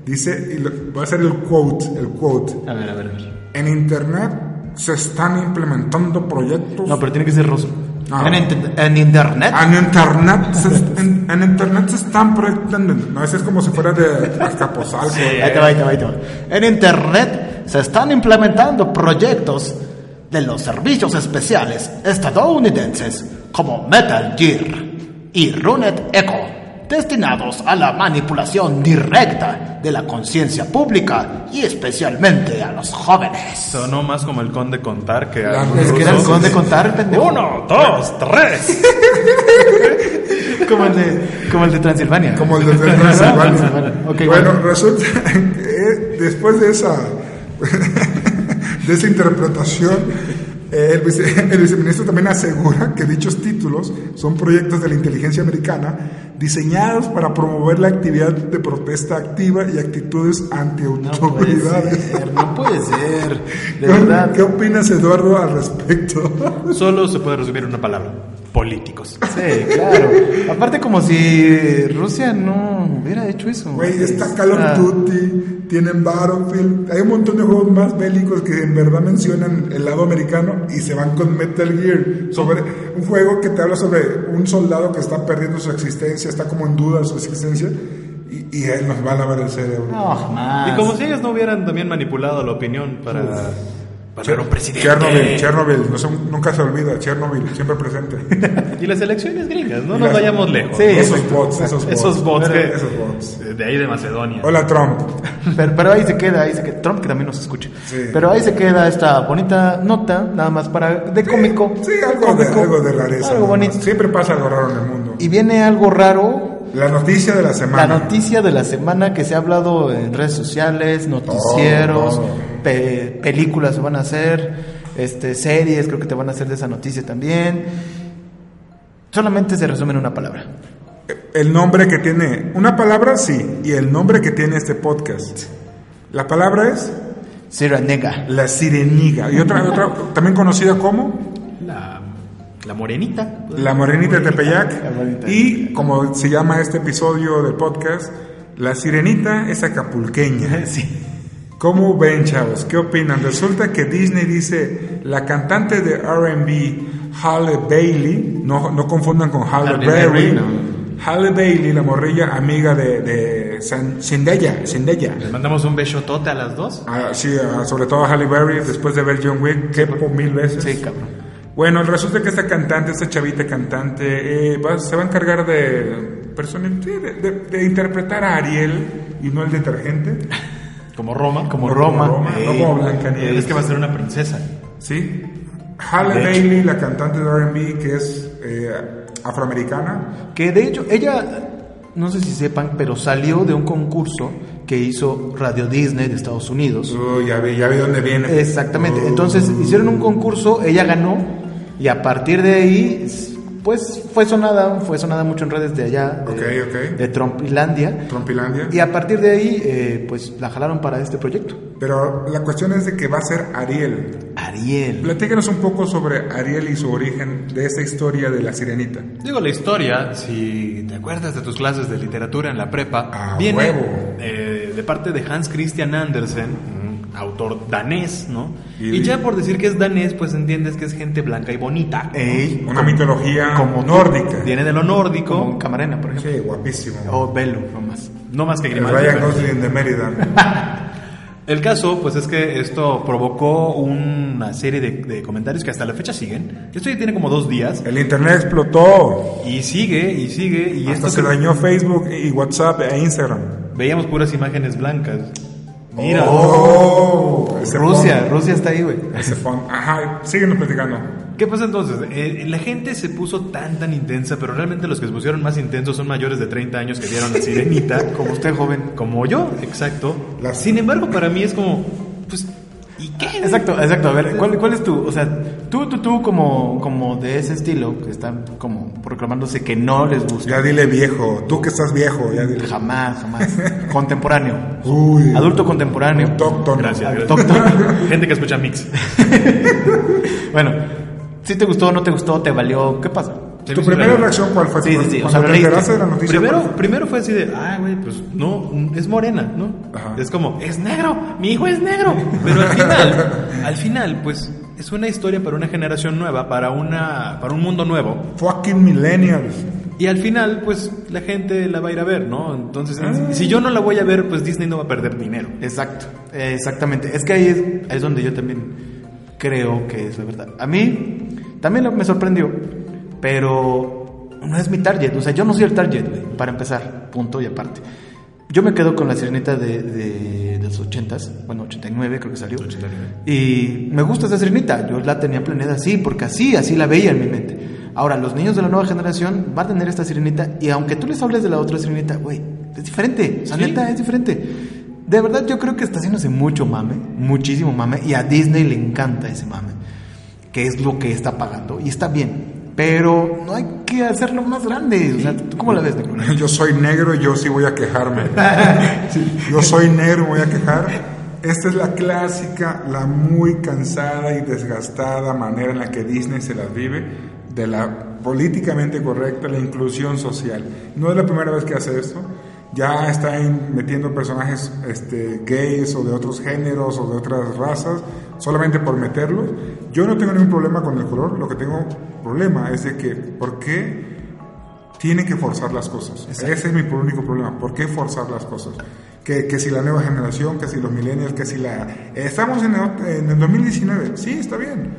[SPEAKER 3] Dice, y lo- voy a hacer el quote, el quote.
[SPEAKER 4] A ver, a ver, a ver.
[SPEAKER 3] En internet se están implementando proyectos
[SPEAKER 4] No, pero tiene que ser ruso.
[SPEAKER 3] Ah.
[SPEAKER 4] En, int- en internet.
[SPEAKER 3] En internet, se, en, en internet se están proyectando. No, ese es como si fuera de Azcapotzalco.
[SPEAKER 4] Ahí te va, ahí te va, ahí te va. En Internet se están implementando proyectos de los servicios especiales estadounidenses como Metal Gear y Runet Echo, destinados a la manipulación directa de la conciencia pública y especialmente a los jóvenes.
[SPEAKER 5] Sonó más como el conde contar que a
[SPEAKER 3] Claro.
[SPEAKER 5] un
[SPEAKER 3] Es que era el
[SPEAKER 5] ruso.
[SPEAKER 3] conde
[SPEAKER 4] contar,
[SPEAKER 5] Uno, dos, tres.
[SPEAKER 4] como el de, como el de Transilvania.
[SPEAKER 3] Como el de Transilvania.
[SPEAKER 4] Ok,
[SPEAKER 3] bueno, resulta que después de esa, de esa interpretación, eh, el, vice- el viceministro también asegura que dichos títulos son proyectos de la inteligencia americana diseñados para promover la actividad de protesta activa y actitudes antiautoridades.
[SPEAKER 4] no puede ser.
[SPEAKER 3] ¿Qué opinas, Eduardo, al respecto?
[SPEAKER 5] Solo se puede resumir en una palabra. Políticos.
[SPEAKER 4] Sí, claro. Aparte como si Rusia no hubiera hecho eso.
[SPEAKER 3] Güey, está
[SPEAKER 4] Es
[SPEAKER 3] Call
[SPEAKER 4] una-
[SPEAKER 3] of Duty, tienen Battlefield, hay un montón de juegos más bélicos que en verdad mencionan el lado americano y se van con Metal Gear, sobre un juego que te habla sobre un soldado que está perdiendo su existencia, está como en duda de su existencia y, y él nos
[SPEAKER 4] Ah. Oh,
[SPEAKER 3] va a lavar el cerebro.
[SPEAKER 4] No, jamás.
[SPEAKER 5] Y como si ellos no hubieran también manipulado la opinión para, Barrero presidente.
[SPEAKER 3] Chernobyl, Chernobyl, no se- nunca se olvida, Chernobyl, siempre presente.
[SPEAKER 5] Y las elecciones gringas, no
[SPEAKER 3] Y
[SPEAKER 5] nos
[SPEAKER 3] las-
[SPEAKER 5] vayamos lejos.
[SPEAKER 3] Sí, esos bots, esos bots.
[SPEAKER 5] Esos bots que-
[SPEAKER 3] Esos bots.
[SPEAKER 5] De ahí de Macedonia.
[SPEAKER 3] Hola Trump.
[SPEAKER 4] Pero, pero ahí se queda, ahí se queda. Trump que también nos escucha.
[SPEAKER 3] Sí.
[SPEAKER 4] Pero ahí se queda esta bonita nota, nada más para de cómico.
[SPEAKER 3] Sí, algo de,
[SPEAKER 4] cómico,
[SPEAKER 3] algo de rareza.
[SPEAKER 4] Algo
[SPEAKER 3] ¿no?
[SPEAKER 4] bonito.
[SPEAKER 3] Siempre pasa algo raro en el mundo.
[SPEAKER 4] Y viene algo raro,
[SPEAKER 3] La noticia de la semana.
[SPEAKER 4] la noticia de la semana que se ha hablado en redes sociales, noticieros,
[SPEAKER 3] Todo, todo.
[SPEAKER 4] pe- películas se van a hacer, este, series, creo que te van a hacer de esa noticia también. Solamente se resume en una palabra.
[SPEAKER 3] El nombre que tiene. Una palabra, sí. Y el nombre que tiene este podcast. La palabra es
[SPEAKER 4] Siranega.
[SPEAKER 3] la sireniga. Y otra, otra también conocida como
[SPEAKER 5] La, la morenita.
[SPEAKER 3] La Morenita de
[SPEAKER 4] La
[SPEAKER 3] Tepeyac.
[SPEAKER 4] Morenita de
[SPEAKER 3] Y como se llama este episodio del podcast, La Sirenita es acapulqueña.
[SPEAKER 5] Sí.
[SPEAKER 3] ¿Cómo ven, chavos? ¿Qué opinan? Resulta que Disney dice, la cantante de RB, Halle Bailey, no, no confundan con Halle
[SPEAKER 5] Halle Berry,
[SPEAKER 3] Berry,
[SPEAKER 5] no.
[SPEAKER 3] Halle Bailey, la morrilla amiga de, de San, Zendaya, Zendaya.
[SPEAKER 5] Les mandamos un besotote a las dos.
[SPEAKER 3] Ah, sí, ah, sobre todo a Halle Berry, después de ver John Wick, quepo mil veces.
[SPEAKER 4] Sí, cabrón.
[SPEAKER 3] Bueno, resulta que esta cantante, esta chavita cantante, eh, va- se va a encargar de, personi- sí, de, de- de interpretar a Ariel y no el detergente.
[SPEAKER 5] Como Roma.
[SPEAKER 4] Como Roma.
[SPEAKER 3] no
[SPEAKER 4] Ey.
[SPEAKER 3] como Blancanieves.
[SPEAKER 5] Es que va a ser una princesa.
[SPEAKER 3] Sí. Halle
[SPEAKER 4] De hecho.
[SPEAKER 3] Bailey, la cantante de RB, que es eh, afroamericana.
[SPEAKER 4] Que de hecho, ella, no sé si sepan, pero salió de un concurso que hizo Radio Disney de Estados Unidos.
[SPEAKER 3] Uh, ya, vi, ya vi dónde viene.
[SPEAKER 4] Exactamente.
[SPEAKER 3] Uh,
[SPEAKER 4] Entonces hicieron un concurso, ella ganó y a partir de ahí, s- pues fue sonada, fue sonada mucho en redes de allá, de,
[SPEAKER 3] Ok, ok.
[SPEAKER 4] de Trumpilandia.
[SPEAKER 3] Trompilandia.
[SPEAKER 4] eh, Y a partir de ahí, eh, pues la jalaron para este proyecto.
[SPEAKER 3] Pero la cuestión es de que va a ser Ariel.
[SPEAKER 4] Ariel.
[SPEAKER 3] Platícanos un poco sobre Ariel y su origen de esta historia de la sirenita.
[SPEAKER 5] Digo, la historia, si te acuerdas de tus clases de literatura en la prepa,
[SPEAKER 3] A
[SPEAKER 5] viene
[SPEAKER 3] huevo.
[SPEAKER 5] eh, de parte de Hans Christian Andersen, un autor danés, ¿no?
[SPEAKER 3] Y-
[SPEAKER 5] Y, ya por decir que es danés, pues entiendes que es gente blanca y bonita. ¿no?
[SPEAKER 4] Ey,
[SPEAKER 3] Una mitología como nórdica.
[SPEAKER 5] Viene de lo
[SPEAKER 4] como
[SPEAKER 5] nórdico,
[SPEAKER 4] Camarena, por ejemplo.
[SPEAKER 3] Sí, guapísimo.
[SPEAKER 5] Oh,
[SPEAKER 4] O Velo, nomás.
[SPEAKER 5] no más que
[SPEAKER 3] El
[SPEAKER 5] Grimaldi.
[SPEAKER 3] Ryan
[SPEAKER 5] pero-
[SPEAKER 3] Gosling de Mérida.
[SPEAKER 5] El caso, pues es que esto provocó una serie de, de comentarios que hasta la fecha siguen. Esto ya tiene como dos días.
[SPEAKER 3] El internet explotó.
[SPEAKER 5] Y sigue, y sigue, y
[SPEAKER 3] Hasta
[SPEAKER 5] esto
[SPEAKER 3] se
[SPEAKER 5] que-
[SPEAKER 3] dañó Facebook y WhatsApp e Instagram.
[SPEAKER 5] veíamos puras imágenes blancas. Mira,
[SPEAKER 3] Oh, ese
[SPEAKER 4] Rusia, Rusia está ahí, güey.
[SPEAKER 3] fun, ese fun. Ajá, síguenos platicando.
[SPEAKER 5] ¿Qué pasa entonces? Eh, la gente se puso tan, tan intensa, pero realmente los que se pusieron más intensos son mayores de 30 años que vieron a Sirenita.
[SPEAKER 4] Como usted, joven.
[SPEAKER 5] como yo, exacto.
[SPEAKER 3] La-
[SPEAKER 5] Sin embargo, para mí es como, pues, ¿y qué?
[SPEAKER 4] Exacto, exacto. A ver, ¿cuál, cuál es tu, o sea, tú, tú, tú como, como de ese estilo que están como proclamándose que no les gusta.
[SPEAKER 3] Ya dile viejo, tú que estás viejo, ya dile.
[SPEAKER 4] Jamás, jamás. Contemporáneo.
[SPEAKER 3] Uy,
[SPEAKER 4] Adulto contemporáneo.
[SPEAKER 3] autóctono.
[SPEAKER 5] Gracias. gracias.
[SPEAKER 4] Autóctono.
[SPEAKER 5] Gente que escucha Mix.
[SPEAKER 4] Bueno, si te gustó, no te gustó, te valió, ¿qué pasa?
[SPEAKER 3] ¿Tu primera reacción cuál fue?
[SPEAKER 4] Sí, sí, sí, o
[SPEAKER 3] Cuando
[SPEAKER 4] sea,
[SPEAKER 3] te
[SPEAKER 4] leíste.
[SPEAKER 3] enteraste de la noticia. pues.
[SPEAKER 5] Primero, primero fue así de, ah, güey, pues no, mm, es morena, ¿no?
[SPEAKER 3] Ajá.
[SPEAKER 5] Es como, es negro, mi hijo es negro. Pero al final, al final, pues es una historia para una generación nueva, para, una, para un mundo nuevo.
[SPEAKER 3] Fucking millennials.
[SPEAKER 5] Y al final, pues la gente la va a ir a ver, ¿no? Entonces, si yo no la voy a ver, pues Disney no va a perder dinero.
[SPEAKER 4] Exacto, eh, exactamente. Es que ahí es, ahí es donde yo también creo que es la verdad. A mí también lo- me sorprendió, pero no es mi target. O sea, yo no soy el target, güey, para empezar, punto y aparte. Yo me quedo con la sirenita de, de, de los 80s, bueno, 89 creo que salió. Y me gusta esa sirenita, yo la tenía planeada así, porque así, así la veía en mi mente. Ahora, los niños de la nueva generación van a tener esta sirenita y aunque tú les hables de la otra sirenita, güey, es diferente, o sea,
[SPEAKER 5] Sí.
[SPEAKER 4] neta, es diferente. De verdad, yo creo que está haciéndose mucho mame, muchísimo mame, y a Disney le encanta ese mame, que es lo que está pagando, y está bien, pero no hay que hacerlo más grande, o sea, ¿tú cómo la ves, negro?
[SPEAKER 3] Yo soy negro y yo sí voy a quejarme. Yo soy negro, me voy a quejar. Esta es la clásica, la muy cansada y desgastada manera en la que Disney se las vive de la políticamente correcta, la inclusión social. No es la primera vez que hace esto. Ya está en- metiendo personajes este, gays o de otros géneros o de otras razas solamente por meterlos. Yo no tengo ningún problema con el color. Lo que tengo problema es de que, ¿por qué tiene que forzar las cosas. Ese es mi único problema. ¿Por qué forzar las cosas? que, que si la nueva generación, que si los millennials, que si la... eh, Estamos en el, en el 2019, sí, está bien,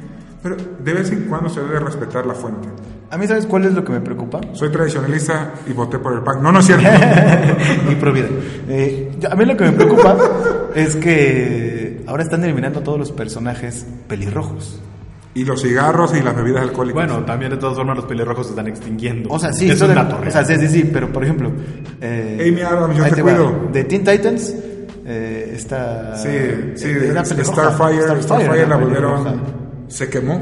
[SPEAKER 3] pero de vez en cuando se debe respetar la fuente.
[SPEAKER 1] A mí, ¿sabes cuál es lo que me preocupa?
[SPEAKER 3] Soy tradicionalista y voté por el PAN. No, no es cierto.
[SPEAKER 1] Mi provida. Eh, yo- a mí lo que me preocupa es que ahora están eliminando a todos los personajes pelirrojos.
[SPEAKER 3] y los cigarros y las bebidas alcohólicas.
[SPEAKER 5] Bueno, también de todas formas los pelirrojos se están extinguiendo.
[SPEAKER 1] O sea, sí,
[SPEAKER 5] Eso
[SPEAKER 1] estoy
[SPEAKER 5] es
[SPEAKER 1] de-
[SPEAKER 5] una torre.
[SPEAKER 1] O sea, sí, sí, sí, pero por ejemplo. eh,
[SPEAKER 3] Amy Adams, yo
[SPEAKER 1] ahí
[SPEAKER 3] te
[SPEAKER 1] va.
[SPEAKER 3] cuido.
[SPEAKER 1] De Teen Titans, eh, esta.
[SPEAKER 3] sí, sí,
[SPEAKER 1] eh, era pelirroja.
[SPEAKER 3] Starfire, Starfire
[SPEAKER 1] era
[SPEAKER 3] la
[SPEAKER 1] pelirroja.
[SPEAKER 3] volvieron... Se quemó.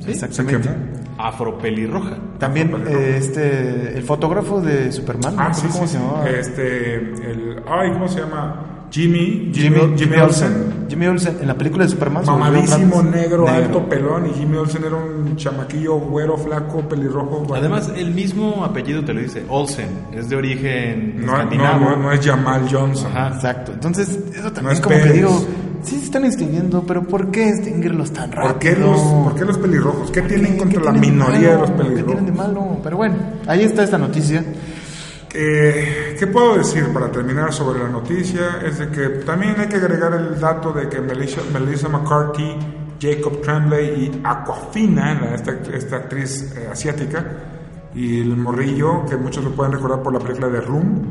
[SPEAKER 1] Sí,
[SPEAKER 3] Se
[SPEAKER 1] exactamente.
[SPEAKER 3] quemó.
[SPEAKER 5] Afropelirroja.
[SPEAKER 1] También eh, este, el fotógrafo de Superman.
[SPEAKER 3] Ah,
[SPEAKER 1] no sé
[SPEAKER 3] sí,
[SPEAKER 1] ¿Cómo
[SPEAKER 3] sí,
[SPEAKER 1] se
[SPEAKER 3] sí.
[SPEAKER 1] llamaba?
[SPEAKER 3] Este, el, ay, ¿cómo se llama? Jimmy,
[SPEAKER 1] Jimmy,
[SPEAKER 3] Jimmy, Jimmy Olsen.
[SPEAKER 1] Jimmy Olsen, en la película de Superman. se volvió
[SPEAKER 3] Mamadísimo,
[SPEAKER 1] otra vez
[SPEAKER 3] negro, alto, pelón. Y Jimmy Olsen era un chamaquillo, güero, flaco, pelirrojo. güey.
[SPEAKER 5] Además, el mismo apellido te lo dice, Olsen, es de origen
[SPEAKER 3] no, no,
[SPEAKER 5] escandinavo.
[SPEAKER 3] no, no es Jamal Johnson.
[SPEAKER 5] Ajá.
[SPEAKER 1] Exacto. Entonces, eso también
[SPEAKER 3] es
[SPEAKER 1] como que
[SPEAKER 3] Pérez.
[SPEAKER 1] digo, sí se están extinguiendo, pero ¿por qué extinguirlos tan rápido?
[SPEAKER 3] ¿Por, qué los, ¿Por qué los pelirrojos? ¿Qué tienen
[SPEAKER 1] ¿Qué
[SPEAKER 3] contra la
[SPEAKER 1] tienen de
[SPEAKER 3] minoría de
[SPEAKER 1] malo?
[SPEAKER 3] los
[SPEAKER 1] ¿Qué tienen de
[SPEAKER 3] pelirrojos?
[SPEAKER 1] malo? Pero bueno, ahí está esta noticia.
[SPEAKER 3] Eh, ¿Qué puedo decir para terminar sobre la noticia? Es de que también hay que agregar el dato de que Melissa, Melissa McCarthy, Jacob Tremblay y Aquafina, la- esta, esta actriz eh, asiática, y el morrillo, que muchos lo pueden recordar por la película de Room,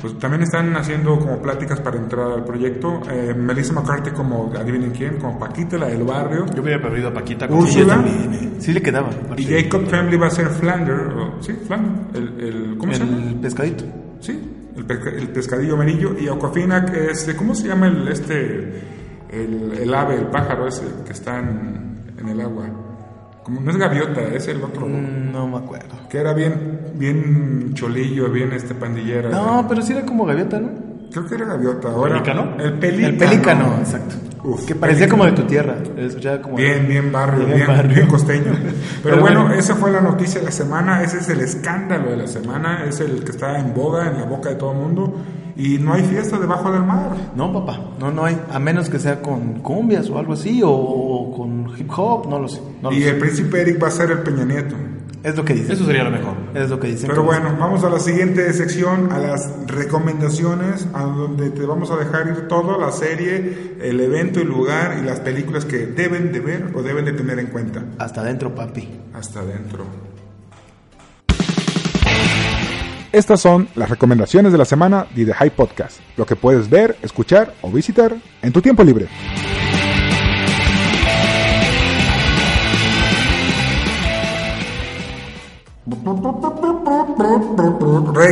[SPEAKER 3] pues también están haciendo como pláticas para entrar al proyecto. Eh, Melissa McCarthy como, adivinen quién, como Paquita, la del barrio.
[SPEAKER 5] Yo hubiera perdido a Paquita con
[SPEAKER 3] Úrsula.
[SPEAKER 1] Sí le quedaba.
[SPEAKER 3] Y Jacob Tremblay va a ser Flander, o- sí, Flander, el, el- ¿cómo se llama?
[SPEAKER 1] El pescadito.
[SPEAKER 3] Sí, el, pesca- el pescadillo amarillo y Aquafina, que es, ¿cómo se llama el, este, el, el ave, el pájaro ese que está en, en el agua? Como, no es gaviota, es el otro,
[SPEAKER 1] Mm, No me acuerdo.
[SPEAKER 3] que era bien, bien cholillo, bien este pandillero.
[SPEAKER 1] No,
[SPEAKER 3] ¿no?
[SPEAKER 1] pero sí era como gaviota, ¿no?
[SPEAKER 3] Creo que era gaviota ahora.
[SPEAKER 5] ¿Pelícano?
[SPEAKER 3] El pelícano.
[SPEAKER 1] El pelícano, exacto.
[SPEAKER 3] Ah, Uf,
[SPEAKER 1] que parecía
[SPEAKER 3] pelícano.
[SPEAKER 1] como de tu tierra. Escuchaba como
[SPEAKER 3] Bien, bien barrio,
[SPEAKER 1] Bien
[SPEAKER 3] bien,
[SPEAKER 1] barrio.
[SPEAKER 3] bien costeño. Pero,
[SPEAKER 1] Pero
[SPEAKER 3] bueno,
[SPEAKER 1] bueno.
[SPEAKER 3] esa fue la noticia de la semana, ese es el escándalo de la semana, es el que está en boga, en la boca de todo el mundo. Y no hay fiesta debajo del mar.
[SPEAKER 1] No, papá, no, no hay. A menos que sea con cumbias o algo así, o, o con hip hop, no lo sé. no lo
[SPEAKER 3] Y
[SPEAKER 1] sé.
[SPEAKER 3] el príncipe Eric va a ser el Peña Nieto.
[SPEAKER 1] Es lo que dicen.
[SPEAKER 5] Eso sería lo mejor.
[SPEAKER 1] Es lo que dicen.
[SPEAKER 3] Pero bueno, vamos a la siguiente sección, a las recomendaciones, a donde te vamos a dejar ir todo, la serie, el evento, el lugar y las películas que deben de ver o deben de tener en cuenta.
[SPEAKER 1] Hasta adentro, papi.
[SPEAKER 3] Hasta adentro.
[SPEAKER 2] Estas son las recomendaciones de la semana de The High Podcast, lo que puedes ver, escuchar o visitar en tu tiempo libre.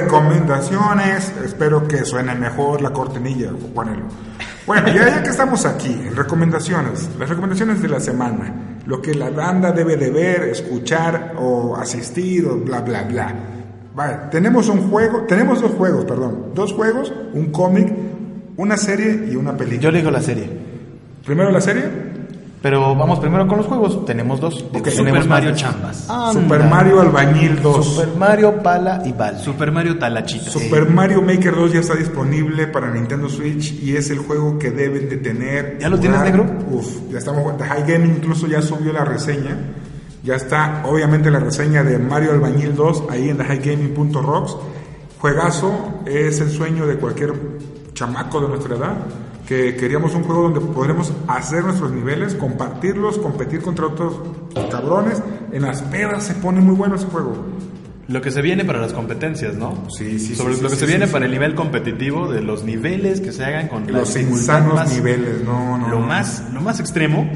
[SPEAKER 3] Recomendaciones, espero que suene mejor la cortinilla, ponelo. Bueno, ya, ya que estamos aquí, en recomendaciones, las recomendaciones de la semana, lo que la banda debe de ver, escuchar o asistir o bla bla bla. Vale, tenemos un juego, tenemos dos juegos, perdón, dos juegos, un cómic, una serie y una
[SPEAKER 1] Yo
[SPEAKER 3] película.
[SPEAKER 1] le digo la serie.
[SPEAKER 3] Primero la serie,
[SPEAKER 1] Pero vamos primero con los juegos. Tenemos dos. Porque
[SPEAKER 5] Super
[SPEAKER 1] tenemos
[SPEAKER 5] Mario
[SPEAKER 1] más.
[SPEAKER 5] Chambas.
[SPEAKER 1] Anda.
[SPEAKER 3] Super Mario Albañil 2.
[SPEAKER 1] Super Mario, Pala y Bal.
[SPEAKER 5] Super Mario Talachita.
[SPEAKER 3] Super Mario Maker 2 ya está disponible para Nintendo Switch y es el juego que deben de tener.
[SPEAKER 1] ¿Ya lo tienes, negro?
[SPEAKER 3] Uf, ya estamos. The High Game incluso ya subió la reseña. Ya está, obviamente, la reseña de Mario Albañil 2 ahí en thehighgaming.rocks. Juegazo es el sueño de cualquier chamaco de nuestra edad. Que queríamos un juego donde podremos hacer nuestros niveles, compartirlos, competir contra otros cabrones. En las pedas se pone muy bueno ese juego.
[SPEAKER 5] Lo que se viene para las competencias, ¿no?
[SPEAKER 3] Sí, sí,
[SPEAKER 5] Sobre
[SPEAKER 3] sí,
[SPEAKER 5] lo
[SPEAKER 3] sí,
[SPEAKER 5] que se
[SPEAKER 3] sí,
[SPEAKER 5] viene
[SPEAKER 3] sí,
[SPEAKER 5] para el nivel competitivo de los niveles que se hagan con la
[SPEAKER 3] Los
[SPEAKER 5] dificultad
[SPEAKER 3] insanos
[SPEAKER 5] más-
[SPEAKER 3] niveles, no, no.
[SPEAKER 5] lo
[SPEAKER 3] no.
[SPEAKER 5] más, lo más extremo.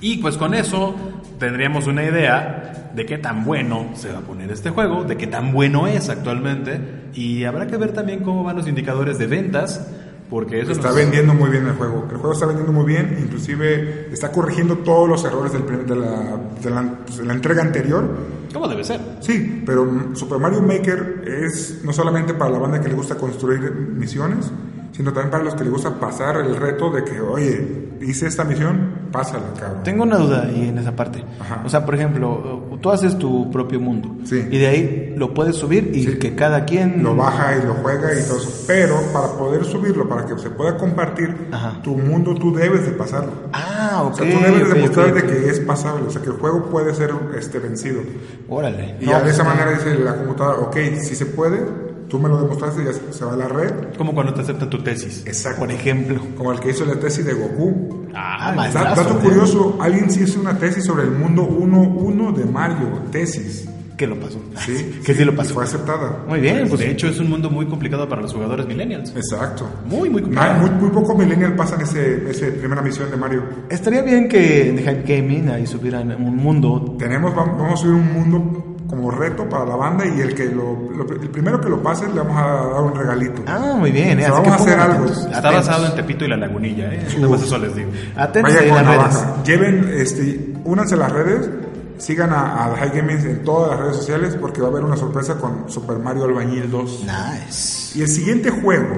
[SPEAKER 5] Y pues con eso tendríamos una idea de qué tan bueno se va a poner este juego, de qué tan bueno es actualmente. Y habrá que ver también cómo van los indicadores de ventas, porque eso
[SPEAKER 3] Está
[SPEAKER 5] nos-
[SPEAKER 3] vendiendo muy bien el juego. El juego está vendiendo muy bien, inclusive está corrigiendo todos los errores del prim- de, la, de la- pues, de la entrega anterior.
[SPEAKER 5] ¿Cómo debe ser?
[SPEAKER 3] Sí, pero mm, Super Mario Maker es no solamente para la banda que le gusta construir misiones, sino también para los que le gusta pasar el reto de que, oye, hice esta misión, pásala, cabrón.
[SPEAKER 1] Tengo una duda ahí en esa parte.
[SPEAKER 3] Ajá.
[SPEAKER 1] O sea, por ejemplo, tú haces tu propio mundo.
[SPEAKER 3] Sí.
[SPEAKER 1] Y de ahí lo puedes subir y
[SPEAKER 3] Sí.
[SPEAKER 1] que cada quien.
[SPEAKER 3] Lo baja y lo juega y todo eso. Pero para poder subirlo, para que se pueda compartir,
[SPEAKER 1] Ajá.
[SPEAKER 3] tu mundo tú debes de pasarlo.
[SPEAKER 1] Ah, ok.
[SPEAKER 3] O sea, tú debes
[SPEAKER 1] ok,
[SPEAKER 3] demostrar
[SPEAKER 1] ok,
[SPEAKER 3] de
[SPEAKER 1] ok.
[SPEAKER 3] que es pasable, o sea, que el juego puede ser este, vencido.
[SPEAKER 1] Órale.
[SPEAKER 3] Y
[SPEAKER 1] No,
[SPEAKER 3] ya de
[SPEAKER 1] pues,
[SPEAKER 3] esa manera dice la computadora, ok, si se puede, tú me lo demostraste, ya se se va a la red.
[SPEAKER 5] Como cuando te aceptan tu tesis.
[SPEAKER 3] Exacto.
[SPEAKER 1] Por ejemplo.
[SPEAKER 3] Como el que hizo la tesis de Goku.
[SPEAKER 5] Ah,
[SPEAKER 1] maestro.
[SPEAKER 3] Da-
[SPEAKER 1] Madrazo,
[SPEAKER 3] Dato
[SPEAKER 1] ¿no?
[SPEAKER 3] curioso, alguien sí hizo una tesis sobre el mundo 1-1 de Mario, tesis.
[SPEAKER 1] Que lo pasó.
[SPEAKER 3] Sí,
[SPEAKER 1] que sí lo
[SPEAKER 3] y
[SPEAKER 1] pasó.
[SPEAKER 3] Fue aceptada.
[SPEAKER 5] Muy bien, pues de hecho es un mundo muy complicado para los jugadores millennials.
[SPEAKER 3] Exacto.
[SPEAKER 5] Muy, muy
[SPEAKER 3] Na-
[SPEAKER 5] complicado.
[SPEAKER 3] Muy, muy pocos millennials pasan ese, ese primera misión de Mario.
[SPEAKER 1] Estaría bien que de Hype Gaming ahí subieran un mundo.
[SPEAKER 3] Tenemos, vam- vamos a subir un mundo como reto para la banda y el que lo, lo- el primero que lo pase le vamos a dar un regalito.
[SPEAKER 1] Ah, muy bien.
[SPEAKER 3] O
[SPEAKER 1] ¿eh?
[SPEAKER 3] sea,
[SPEAKER 1] Así
[SPEAKER 3] vamos
[SPEAKER 1] que
[SPEAKER 3] a hacer
[SPEAKER 1] pongan
[SPEAKER 3] algo.
[SPEAKER 1] atentos.
[SPEAKER 5] Está
[SPEAKER 1] Atentos.
[SPEAKER 5] basado en Tepito y la Lagunilla, ¿eh? Nada más eso les digo.
[SPEAKER 1] Atentos
[SPEAKER 3] Vaya
[SPEAKER 1] ahí en
[SPEAKER 3] con
[SPEAKER 1] las
[SPEAKER 3] la
[SPEAKER 1] redes.
[SPEAKER 3] baja. Lleven, este, únanse a las redes, sigan a, a High Gaming en todas las redes sociales porque va a haber una sorpresa con Super Mario Albañil 2.
[SPEAKER 1] Nice.
[SPEAKER 3] Y el siguiente juego,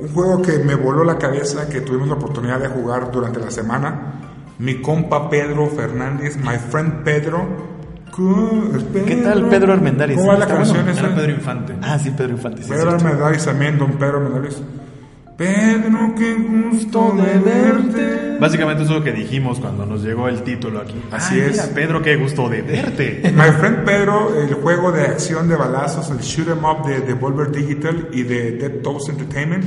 [SPEAKER 3] un juego que me voló la cabeza, que tuvimos la oportunidad de jugar durante la semana, mi compa Pedro Fernández, my friend Pedro. Cu- el
[SPEAKER 1] ¿Qué tal Pedro Armendáriz?
[SPEAKER 3] ¿Cómo va la
[SPEAKER 1] Está
[SPEAKER 3] canción
[SPEAKER 1] bueno.
[SPEAKER 3] esa?
[SPEAKER 5] Era Pedro Infante.
[SPEAKER 1] Ah, sí, Pedro Infante. sí,
[SPEAKER 3] Pedro
[SPEAKER 1] es cierto.
[SPEAKER 3] Armendáriz también, don Pedro Armendáriz. Pedro, qué gusto de verte.
[SPEAKER 5] Básicamente eso es lo que dijimos cuando nos llegó el título aquí.
[SPEAKER 3] Así
[SPEAKER 5] Ay,
[SPEAKER 3] es.
[SPEAKER 5] Ah, mira, Pedro, qué gusto de verte.
[SPEAKER 3] My Friend Pedro, el juego de acción de balazos, el shoot 'em up de Devolver Digital y de Dead Toast Entertainment,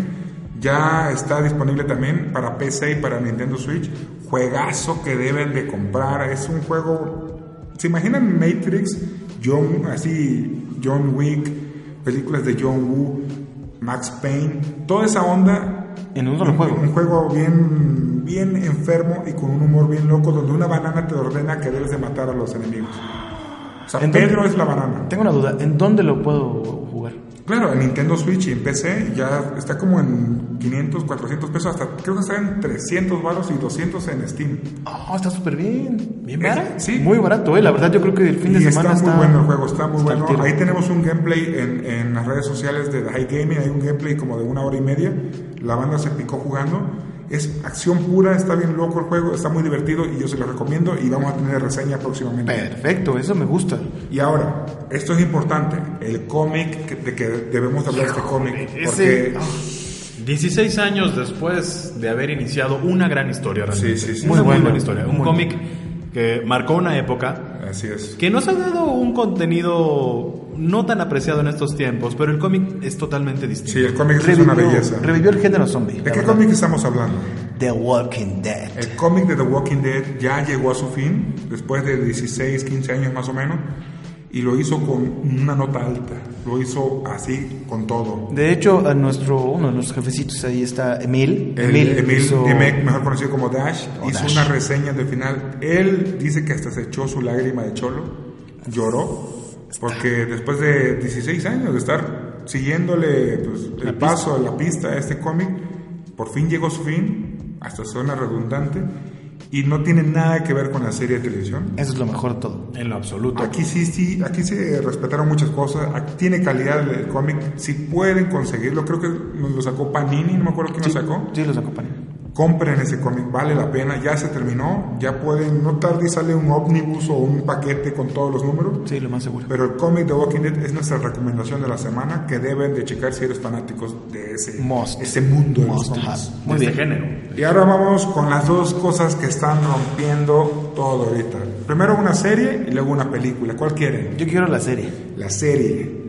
[SPEAKER 3] ya está disponible también para PC y para Nintendo Switch. Juegazo que deben de comprar. Es un juego. ¿Se imaginan Matrix? John, así, John Wick, películas de John Woo, Max Payne, toda esa onda
[SPEAKER 1] En un solo juego.
[SPEAKER 3] un juego bien, bien enfermo y con un humor bien loco donde una banana te ordena que debes de matar a los enemigos. O sea,
[SPEAKER 1] ¿En
[SPEAKER 3] Pedro
[SPEAKER 1] dónde?
[SPEAKER 3] es la banana.
[SPEAKER 1] Tengo una duda. ¿En dónde lo puedo jugar?
[SPEAKER 3] Claro, en Nintendo Switch y en PC ya está como en 500, 400 pesos, hasta creo que está en 300 baros y 200 en Steam.
[SPEAKER 1] Oh, está súper bien. Bien barato.
[SPEAKER 3] Eh, sí.
[SPEAKER 1] Muy barato, eh. La verdad, yo creo que el fin de
[SPEAKER 3] y
[SPEAKER 1] semana
[SPEAKER 3] está muy
[SPEAKER 1] está.
[SPEAKER 3] bueno el juego, está muy
[SPEAKER 1] está al
[SPEAKER 3] bueno.
[SPEAKER 1] tiro.
[SPEAKER 3] Ahí tenemos un gameplay en, en las redes sociales de The High Gaming, hay un gameplay como de una hora y media. La banda se picó jugando. Es acción pura, está bien loco el juego, está muy divertido y yo se lo recomiendo y vamos a tener reseña próximamente.
[SPEAKER 1] Perfecto, eso me gusta.
[SPEAKER 3] Y ahora, esto es importante, el cómic que- de que debemos de hablar este cómic,
[SPEAKER 5] Ese-
[SPEAKER 3] porque
[SPEAKER 5] 16 años después de haber iniciado una gran historia, realmente.
[SPEAKER 3] Sí, sí, sí.
[SPEAKER 5] Una
[SPEAKER 1] Muy bueno.
[SPEAKER 5] buena historia. Un
[SPEAKER 1] Muy
[SPEAKER 5] cómic que marcó una época.
[SPEAKER 3] así es.
[SPEAKER 5] Que nos ha dado un contenido no tan apreciado en estos tiempos, pero el cómic es totalmente distinto.
[SPEAKER 3] Sí, el cómic es una belleza.
[SPEAKER 1] revivió el género zombie.
[SPEAKER 3] ¿De qué cómic estamos hablando?
[SPEAKER 1] The Walking Dead.
[SPEAKER 3] El cómic de The Walking Dead ya llegó a su fin, después de 16, 15 años más o menos, y lo hizo con una nota alta, lo hizo así con todo.
[SPEAKER 1] De hecho, a nuestro, uno de nuestros jefecitos ahí está Emil.
[SPEAKER 3] El- Emil
[SPEAKER 1] hizo-
[SPEAKER 3] Dimek, mejor conocido como Dash,
[SPEAKER 1] O
[SPEAKER 3] hizo
[SPEAKER 1] Dash.
[SPEAKER 3] una reseña del final. Él dice que hasta se echó su lágrima de cholo, lloró, porque después de 16 años de estar siguiéndole pues, el paso a la pista a este cómic, por fin llegó su fin, hasta suena redundante, y no tiene nada que ver con la serie de televisión.
[SPEAKER 1] Eso es lo mejor de todo.
[SPEAKER 5] En lo absoluto.
[SPEAKER 3] Aquí sí, sí, aquí se respetaron muchas cosas. Aquí tiene calidad el cómic. Si pueden conseguirlo, creo que nos lo sacó Panini, no me acuerdo quién lo sacó
[SPEAKER 1] Sí, los acompañé.
[SPEAKER 3] compren ese cómic, vale la pena, ya se terminó, ya pueden, no tarde y sale un ómnibus o un paquete con todos los números,
[SPEAKER 1] Sí, lo más seguro.
[SPEAKER 3] pero el cómic de Walking Dead es nuestra recomendación de la semana que deben de checar si eres fanáticos de ese,
[SPEAKER 1] Must.
[SPEAKER 3] ese mundo de los
[SPEAKER 1] Must
[SPEAKER 3] cómics.
[SPEAKER 1] have.
[SPEAKER 5] Muy
[SPEAKER 1] Muy bien.
[SPEAKER 5] género.
[SPEAKER 3] Y ahora vamos con las dos cosas que están rompiendo todo ahorita. Primero una serie y luego una película. ¿Cuál quieren?
[SPEAKER 1] Yo quiero la serie.
[SPEAKER 3] La serie.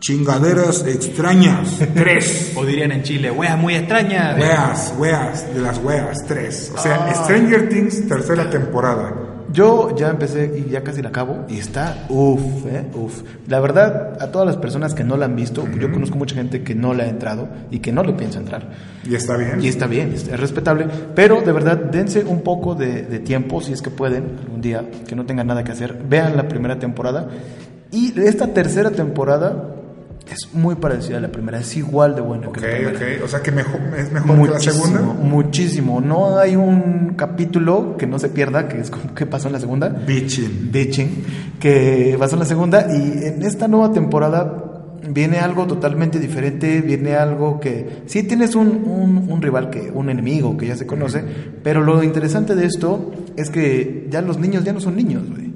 [SPEAKER 3] Chingaderas extrañas. Tres.
[SPEAKER 5] O dirían en Chile, wea, muy extraña.
[SPEAKER 3] Weas, weas, de las weas, tres. O
[SPEAKER 1] Ah.
[SPEAKER 3] sea, Stranger Things, tercera temporada.
[SPEAKER 1] Yo ya empecé y ya casi la acabo y está uff, eh, uff. La verdad, a todas las personas que no la han visto, yo conozco mucha gente que no la ha entrado y que no le piensa entrar.
[SPEAKER 3] Y está bien.
[SPEAKER 1] Y está bien, es, es respetable, pero de verdad dense un poco de, de tiempo si es que pueden algún día, que no tengan nada que hacer, vean la primera temporada y esta tercera temporada es muy parecida a la primera, es igual de buena
[SPEAKER 3] ok,
[SPEAKER 1] que la primera.
[SPEAKER 3] ok. O sea que mejor, es mejor que la
[SPEAKER 1] Muchísimo,
[SPEAKER 3] segunda.
[SPEAKER 1] muchísimo. No hay un capítulo que no se pierda, que es como que pasó en la segunda.
[SPEAKER 3] Bitchin.
[SPEAKER 1] Bitching, que pasó en la segunda. Y en esta nueva temporada viene algo totalmente diferente. Viene algo que sí tienes un, un- un rival, que un enemigo que ya se conoce. Pero lo interesante de esto es que ya los niños ya no son niños, güey.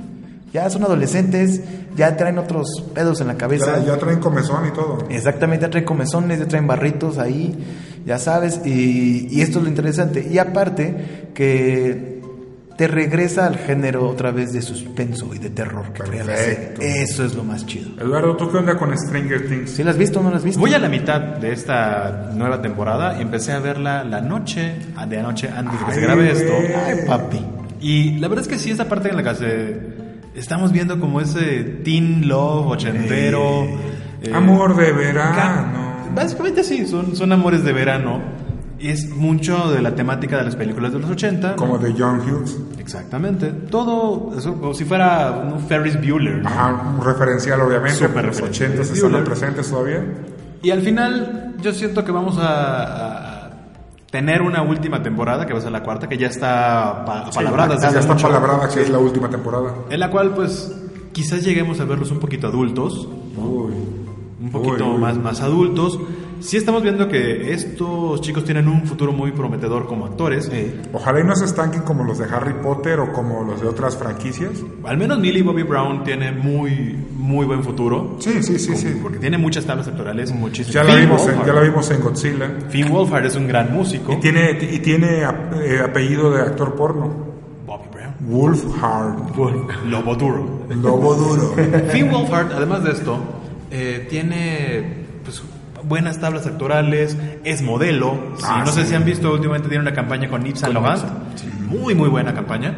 [SPEAKER 1] Ya son adolescentes, ya traen otros pedos en la cabeza.
[SPEAKER 3] Ya, ya traen comezón y todo.
[SPEAKER 1] Eh. Exactamente, ya traen comezones, ya traen barritos ahí, ya sabes, y, y esto es lo interesante. Y aparte, que te regresa al género otra vez de suspenso y de terror que traía la serie.
[SPEAKER 3] Perfecto.
[SPEAKER 1] Eso es lo más chido.
[SPEAKER 3] Eduardo, ¿tú qué onda con Stranger Things?
[SPEAKER 1] ¿Sí la has visto o no la has visto?
[SPEAKER 5] Voy a la mitad de esta nueva temporada y empecé a verla la noche, ah, de anoche, antes de que se
[SPEAKER 3] Ay,
[SPEAKER 5] grabe
[SPEAKER 3] güey.
[SPEAKER 5] esto.
[SPEAKER 1] Ay, papi.
[SPEAKER 5] Y la verdad es que sí, esa parte en la que se- estamos viendo como ese teen love ochentero. eh,
[SPEAKER 3] Amor de
[SPEAKER 5] ca-
[SPEAKER 3] verano.
[SPEAKER 5] Básicamente sí, son, son amores de verano. Es mucho de la temática de las películas de los 80.
[SPEAKER 3] Como de John Hughes.
[SPEAKER 5] Exactamente. Todo, eso, como si fuera un Ferris Bueller. ¿no?
[SPEAKER 3] Ajá, un referencial obviamente,
[SPEAKER 5] Súper
[SPEAKER 3] porque los
[SPEAKER 5] referencial.
[SPEAKER 3] 80 están los presentes todavía.
[SPEAKER 5] Y al final, yo siento que vamos a, a tener una última temporada, que va a ser la cuarta, que ya está pa- palabrada. desde
[SPEAKER 3] Ya está
[SPEAKER 5] mucho.
[SPEAKER 3] palabrada que es la última temporada.
[SPEAKER 5] En la cual, pues, quizás lleguemos a verlos un poquito adultos,
[SPEAKER 3] Uy.
[SPEAKER 5] un poquito
[SPEAKER 3] Uy, uy.
[SPEAKER 5] Más, más adultos. Sí estamos viendo que estos chicos tienen un futuro muy prometedor como actores.
[SPEAKER 3] Ojalá y no se estanquen como los de Harry Potter o como los de otras franquicias.
[SPEAKER 5] Al menos Millie Bobby Brown tiene muy, muy buen futuro.
[SPEAKER 3] Sí, sí, sí, sí.
[SPEAKER 5] Porque tiene muchas tablas actorales. Muchísimas.
[SPEAKER 3] Ya la vimos en, ya la vimos en Godzilla.
[SPEAKER 5] Finn Wolfhard es un gran músico.
[SPEAKER 3] Y tiene, y tiene ap- eh, apellido de actor porno.
[SPEAKER 5] Bobby Brown.
[SPEAKER 3] Wolfhard.
[SPEAKER 5] Lobo duro.
[SPEAKER 3] Lobo duro.
[SPEAKER 5] Finn Wolfhard, además de esto, eh, tiene pues, buenas tablas actorales, es modelo. Sí,
[SPEAKER 3] Ah,
[SPEAKER 5] no sé
[SPEAKER 3] sí.
[SPEAKER 5] si han visto, últimamente tiene una campaña con Yves Saint Laurent. Muy, muy buena campaña.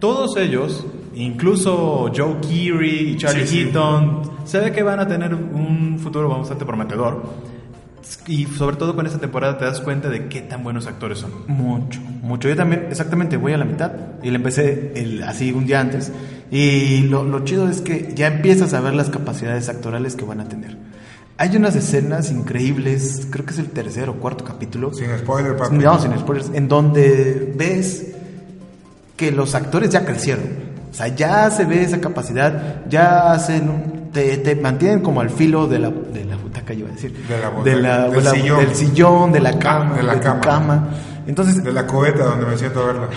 [SPEAKER 5] Todos ellos, incluso Joe Keery y Charlie
[SPEAKER 3] Sí, sí.
[SPEAKER 5] Heaton, se ve que van a tener un futuro bastante prometedor. Y sobre todo con esta temporada te das cuenta de qué tan buenos actores son.
[SPEAKER 1] Mucho, mucho. Yo también, exactamente, voy a la mitad y la empecé el, así un día antes. Y lo, lo chido es que ya empiezas a ver las capacidades actorales que van a tener. Hay unas escenas increíbles, creo que es el tercer o cuarto capítulo.
[SPEAKER 3] Sin spoiler, papi.
[SPEAKER 1] No, sin spoilers, en donde ves que los actores ya crecieron. O sea, ya se ve esa capacidad, ya hacen, un- te, te mantienen como al filo de la, de la butaca, yo iba a decir.
[SPEAKER 3] De la
[SPEAKER 1] de la-
[SPEAKER 3] butaca, del
[SPEAKER 1] la-
[SPEAKER 3] sillón. Ah,
[SPEAKER 1] del sillón, de la cama,
[SPEAKER 3] de la
[SPEAKER 1] tu
[SPEAKER 3] cama.
[SPEAKER 1] Entonces,
[SPEAKER 3] De la coheta donde me siento a verla.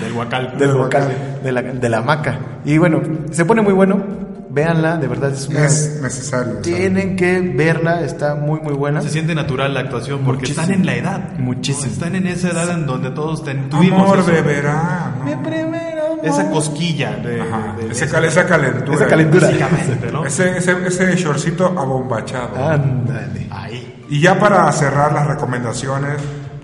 [SPEAKER 5] Del Huacal.
[SPEAKER 1] del
[SPEAKER 3] Del
[SPEAKER 1] vocal, de la, de la maca. Y bueno, se pone muy bueno. Véanla, de verdad es una-
[SPEAKER 3] Es necesario. ¿sabes?
[SPEAKER 1] Tienen que verla, está muy muy buena.
[SPEAKER 5] Se siente natural la actuación porque
[SPEAKER 1] Ah, Muchísimo.
[SPEAKER 5] están en la edad.
[SPEAKER 1] Muchísimo.
[SPEAKER 5] Están en esa edad en donde todos ten- tuvimos
[SPEAKER 3] Amor
[SPEAKER 5] eso.
[SPEAKER 3] de verano.
[SPEAKER 5] esa cosquilla de,
[SPEAKER 3] Ajá.
[SPEAKER 5] de- de-
[SPEAKER 3] Ese cal- esa calentura. ¿eh?
[SPEAKER 1] Esa calentura.
[SPEAKER 5] básicamente, ¿no?
[SPEAKER 3] Ese, ese, ese shortcito abombachado.
[SPEAKER 1] Ah. Ándale.
[SPEAKER 5] Ahí.
[SPEAKER 3] Y ya para cerrar las recomendaciones,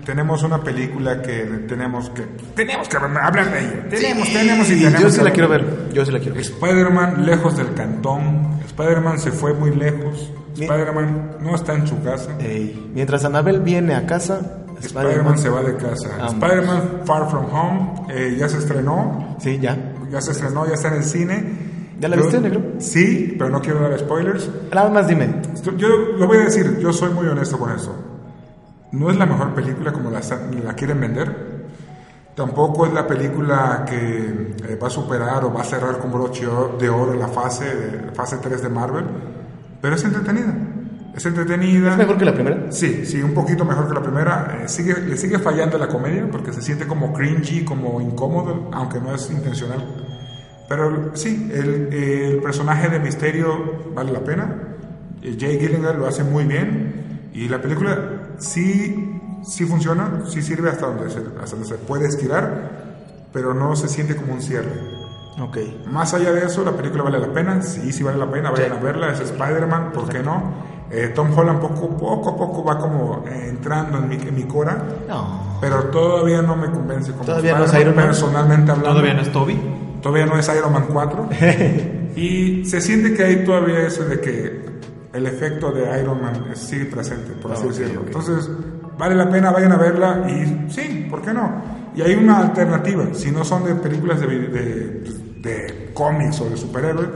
[SPEAKER 3] tenemos una película que tenemos que tenemos que hablar de ella. Tenemos, tenemos y
[SPEAKER 1] Y
[SPEAKER 3] tenemos.
[SPEAKER 1] yo sí
[SPEAKER 3] que
[SPEAKER 1] la
[SPEAKER 3] hablar.
[SPEAKER 1] quiero ver, yo sí la quiero ver.
[SPEAKER 3] Spider-Man lejos del cantón. Spider-Man se fue muy lejos.
[SPEAKER 1] Bien.
[SPEAKER 3] Spider-Man no está en su casa.
[SPEAKER 1] Ey, Mientras Anabel viene a casa,
[SPEAKER 3] Spider-Man se va de casa.
[SPEAKER 1] Ah,
[SPEAKER 3] Spider-Man Far From Home eh, ya se estrenó.
[SPEAKER 1] Sí, ya.
[SPEAKER 3] Ya se estrenó, ya está en el cine.
[SPEAKER 1] ¿Ya la
[SPEAKER 3] Yo-
[SPEAKER 1] viste, negro?
[SPEAKER 3] Sí, pero no quiero dar spoilers.
[SPEAKER 1] Nada más dime.
[SPEAKER 3] Esto- Yo lo voy a decir, yo soy muy honesto con eso. No es la mejor película como la, sa- la quieren vender. Tampoco es la película que eh, va a superar o va a cerrar con broche o- de oro la fase, de- fase 3 de Marvel. Pero es entretenida. Es entretenida.
[SPEAKER 1] ¿Es mejor que la primera?
[SPEAKER 3] Sí, sí, un poquito mejor que la primera. Eh, sigue, le sigue fallando la comedia porque se siente como cringy, como incómodo, aunque no es intencional. Pero sí, el, el personaje de Misterio vale la pena. Eh, Jay Gilligan lo hace muy bien. Y la película sí, sí funciona, sí sirve hasta donde, se, hasta donde se puede estirar, pero no se siente como un cierre.
[SPEAKER 1] Ok.
[SPEAKER 3] Más allá de eso, la película vale la pena. Sí, sí vale la pena, vayan a verla. Es Spider-Man, ¿por qué no? Eh, Tom Holland poco, poco a poco va como eh, entrando en mi, en mi cora,
[SPEAKER 1] No.
[SPEAKER 3] pero todavía no me convence como
[SPEAKER 1] Todavía no es
[SPEAKER 3] Spider-Man,
[SPEAKER 1] Iron Man.
[SPEAKER 3] personalmente hablando.
[SPEAKER 5] Todavía no es Toby.
[SPEAKER 3] Todavía no es Iron Man 4. y se siente que hay todavía eso de que el efecto de Iron Man es- sigue presente, por así decirlo. Entonces, vale la pena, vayan a verla y sí, ¿por qué no? Y hay una alternativa. Si no son de películas de, vi- de, de cómics o de superhéroes,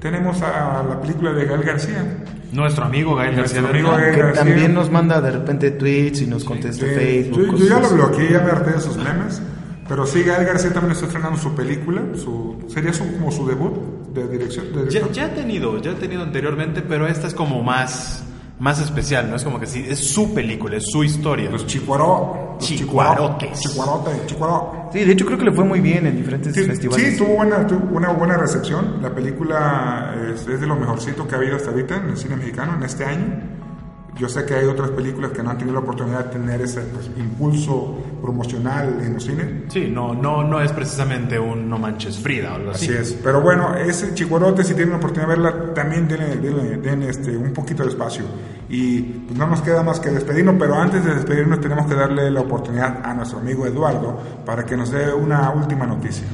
[SPEAKER 3] tenemos a la película de Gael García.
[SPEAKER 5] Nuestro amigo Gael
[SPEAKER 3] Nuestro
[SPEAKER 5] García
[SPEAKER 3] amigo
[SPEAKER 5] Bernal.
[SPEAKER 3] Gael.
[SPEAKER 1] Que
[SPEAKER 3] Gracias.
[SPEAKER 1] también nos manda de repente tweets y nos contesta
[SPEAKER 3] Sí,
[SPEAKER 1] Facebook.
[SPEAKER 3] Eh, Yo, yo
[SPEAKER 1] cosas
[SPEAKER 3] ya lo
[SPEAKER 1] así.
[SPEAKER 3] bloqueé, ya me harté de sus memes. Pero sí, Gael García también está estrenando su película. Su, sería su, como su debut de dirección. de
[SPEAKER 5] Ya,
[SPEAKER 3] director.
[SPEAKER 5] ya ha tenido, ya ha tenido anteriormente, pero esta es como más, más especial, ¿no? Es como que sí, es su película, es su historia.
[SPEAKER 1] Pues
[SPEAKER 3] Los chicuaró. los
[SPEAKER 5] Chicuarotes.
[SPEAKER 3] chicuaró- Chicuarote, chicuaró.
[SPEAKER 1] Sí, de hecho creo que le fue muy bien en diferentes
[SPEAKER 3] Sí,
[SPEAKER 1] festivales.
[SPEAKER 3] sí, tuvo buena, tuvo una buena recepción. La película es, es de lo mejorcito que ha habido hasta ahorita en el cine mexicano en este año. Yo sé que hay otras películas que no han tenido la oportunidad de tener ese pues, impulso promocional en los cines.
[SPEAKER 5] Sí, no, no, no es precisamente un No Manches Frida o algo así.
[SPEAKER 3] Así es. Pero bueno, ese Chihuarote, si tienen la oportunidad de verla, también denle, denle- denle, este, un poquito de espacio. Y pues, no nos queda más que despedirnos, pero antes de despedirnos tenemos que darle la oportunidad a nuestro amigo Eduardo para que nos dé una última noticia.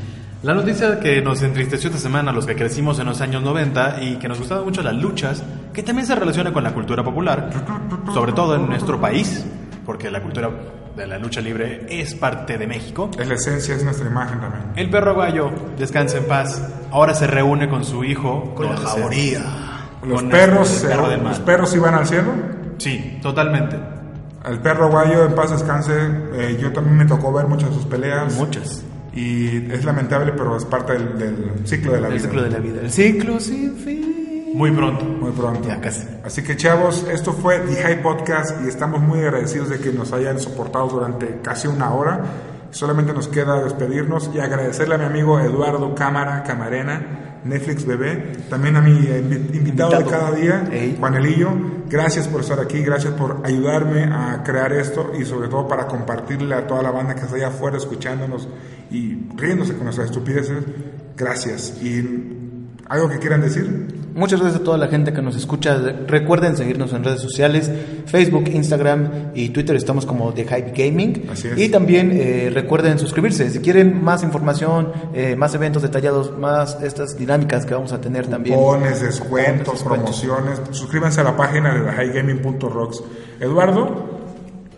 [SPEAKER 5] La noticia que nos entristeció esta semana, los que crecimos en los años 90 y que nos gustaban mucho las luchas, que también se relaciona con la cultura popular, sobre todo en nuestro país, porque la cultura de la lucha libre es parte de México.
[SPEAKER 3] Es la esencia, es nuestra imagen también.
[SPEAKER 5] El perro gallo, descansa en paz, ahora se reúne con su hijo.
[SPEAKER 4] Con la
[SPEAKER 5] donde se-
[SPEAKER 4] jaboría.
[SPEAKER 3] Los
[SPEAKER 5] con el-
[SPEAKER 3] perros,
[SPEAKER 5] el
[SPEAKER 3] se-
[SPEAKER 5] perro del
[SPEAKER 3] los
[SPEAKER 5] mal.
[SPEAKER 3] perros iban al cielo.
[SPEAKER 5] Sí, totalmente.
[SPEAKER 3] El perro guayo, en paz descanse. eh, yo también me tocó ver muchas de sus peleas.
[SPEAKER 5] Muchas.
[SPEAKER 3] Y es lamentable, pero es parte del, del ciclo de la
[SPEAKER 5] El
[SPEAKER 3] vida.
[SPEAKER 5] ciclo de la vida.
[SPEAKER 4] El ciclo sin fin.
[SPEAKER 5] Muy pronto.
[SPEAKER 3] Muy pronto.
[SPEAKER 4] Ya casi.
[SPEAKER 3] Así que chavos, esto fue The High Podcast y estamos muy agradecidos de que nos hayan soportado durante casi una hora. Solamente nos queda despedirnos y agradecerle a mi amigo Eduardo Cámara, Camarena, Netflix Bebé, también a mi eh, invi- invitado, de
[SPEAKER 4] Invitado.
[SPEAKER 3] cada día,
[SPEAKER 4] Ey.
[SPEAKER 3] Juanelillo. Gracias por estar aquí, gracias por ayudarme a crear esto y sobre todo para compartirle a toda la banda que está allá afuera escuchándonos y riéndose con nuestras estupideces. Gracias. ¿Y algo que quieran decir?
[SPEAKER 4] Muchas gracias a toda la gente que nos escucha. Recuerden seguirnos en redes sociales, Facebook, Instagram y Twitter. Estamos como The Hype Gaming.
[SPEAKER 3] Así es.
[SPEAKER 4] Y también eh, recuerden suscribirse. Si quieren más información, eh, más eventos detallados, más estas dinámicas que vamos a tener también.
[SPEAKER 3] Pones descuentos,
[SPEAKER 4] Cupones, descuentos.
[SPEAKER 3] promociones. Suscríbanse a la página de highgaming.rocks. Eduardo,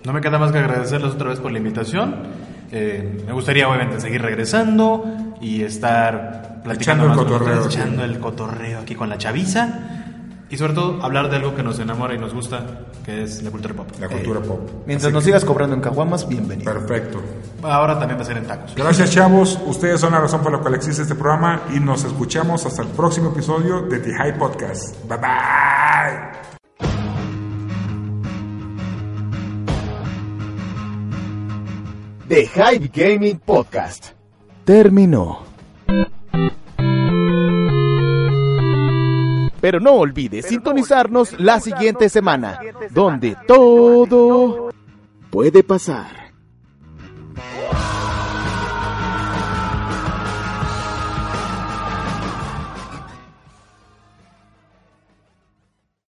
[SPEAKER 5] No me queda más que agradecerles otra vez por la invitación. Eh, me gustaría obviamente seguir regresando y estar
[SPEAKER 3] Echando
[SPEAKER 5] platicando
[SPEAKER 3] el
[SPEAKER 5] más con
[SPEAKER 3] cotorreo,
[SPEAKER 5] ustedes,
[SPEAKER 3] sí.
[SPEAKER 5] echando el cotorreo aquí con la chaviza y sobre todo hablar de algo que nos enamora y nos gusta, que es la cultura pop.
[SPEAKER 3] la cultura pop.
[SPEAKER 4] Mientras nos sigas cobrando en caguamas, bienvenido.
[SPEAKER 3] Perfecto.
[SPEAKER 5] Eh, Ahora también va a ser en tacos.
[SPEAKER 3] Gracias, chavos. Ustedes son la razón por la cual existe este programa y nos escuchamos hasta el próximo episodio de The High Podcast. Bye bye.
[SPEAKER 1] The Hype Gaming Podcast. Terminó. Pero no olvides sintonizarnos la siguiente semana, donde todo puede pasar.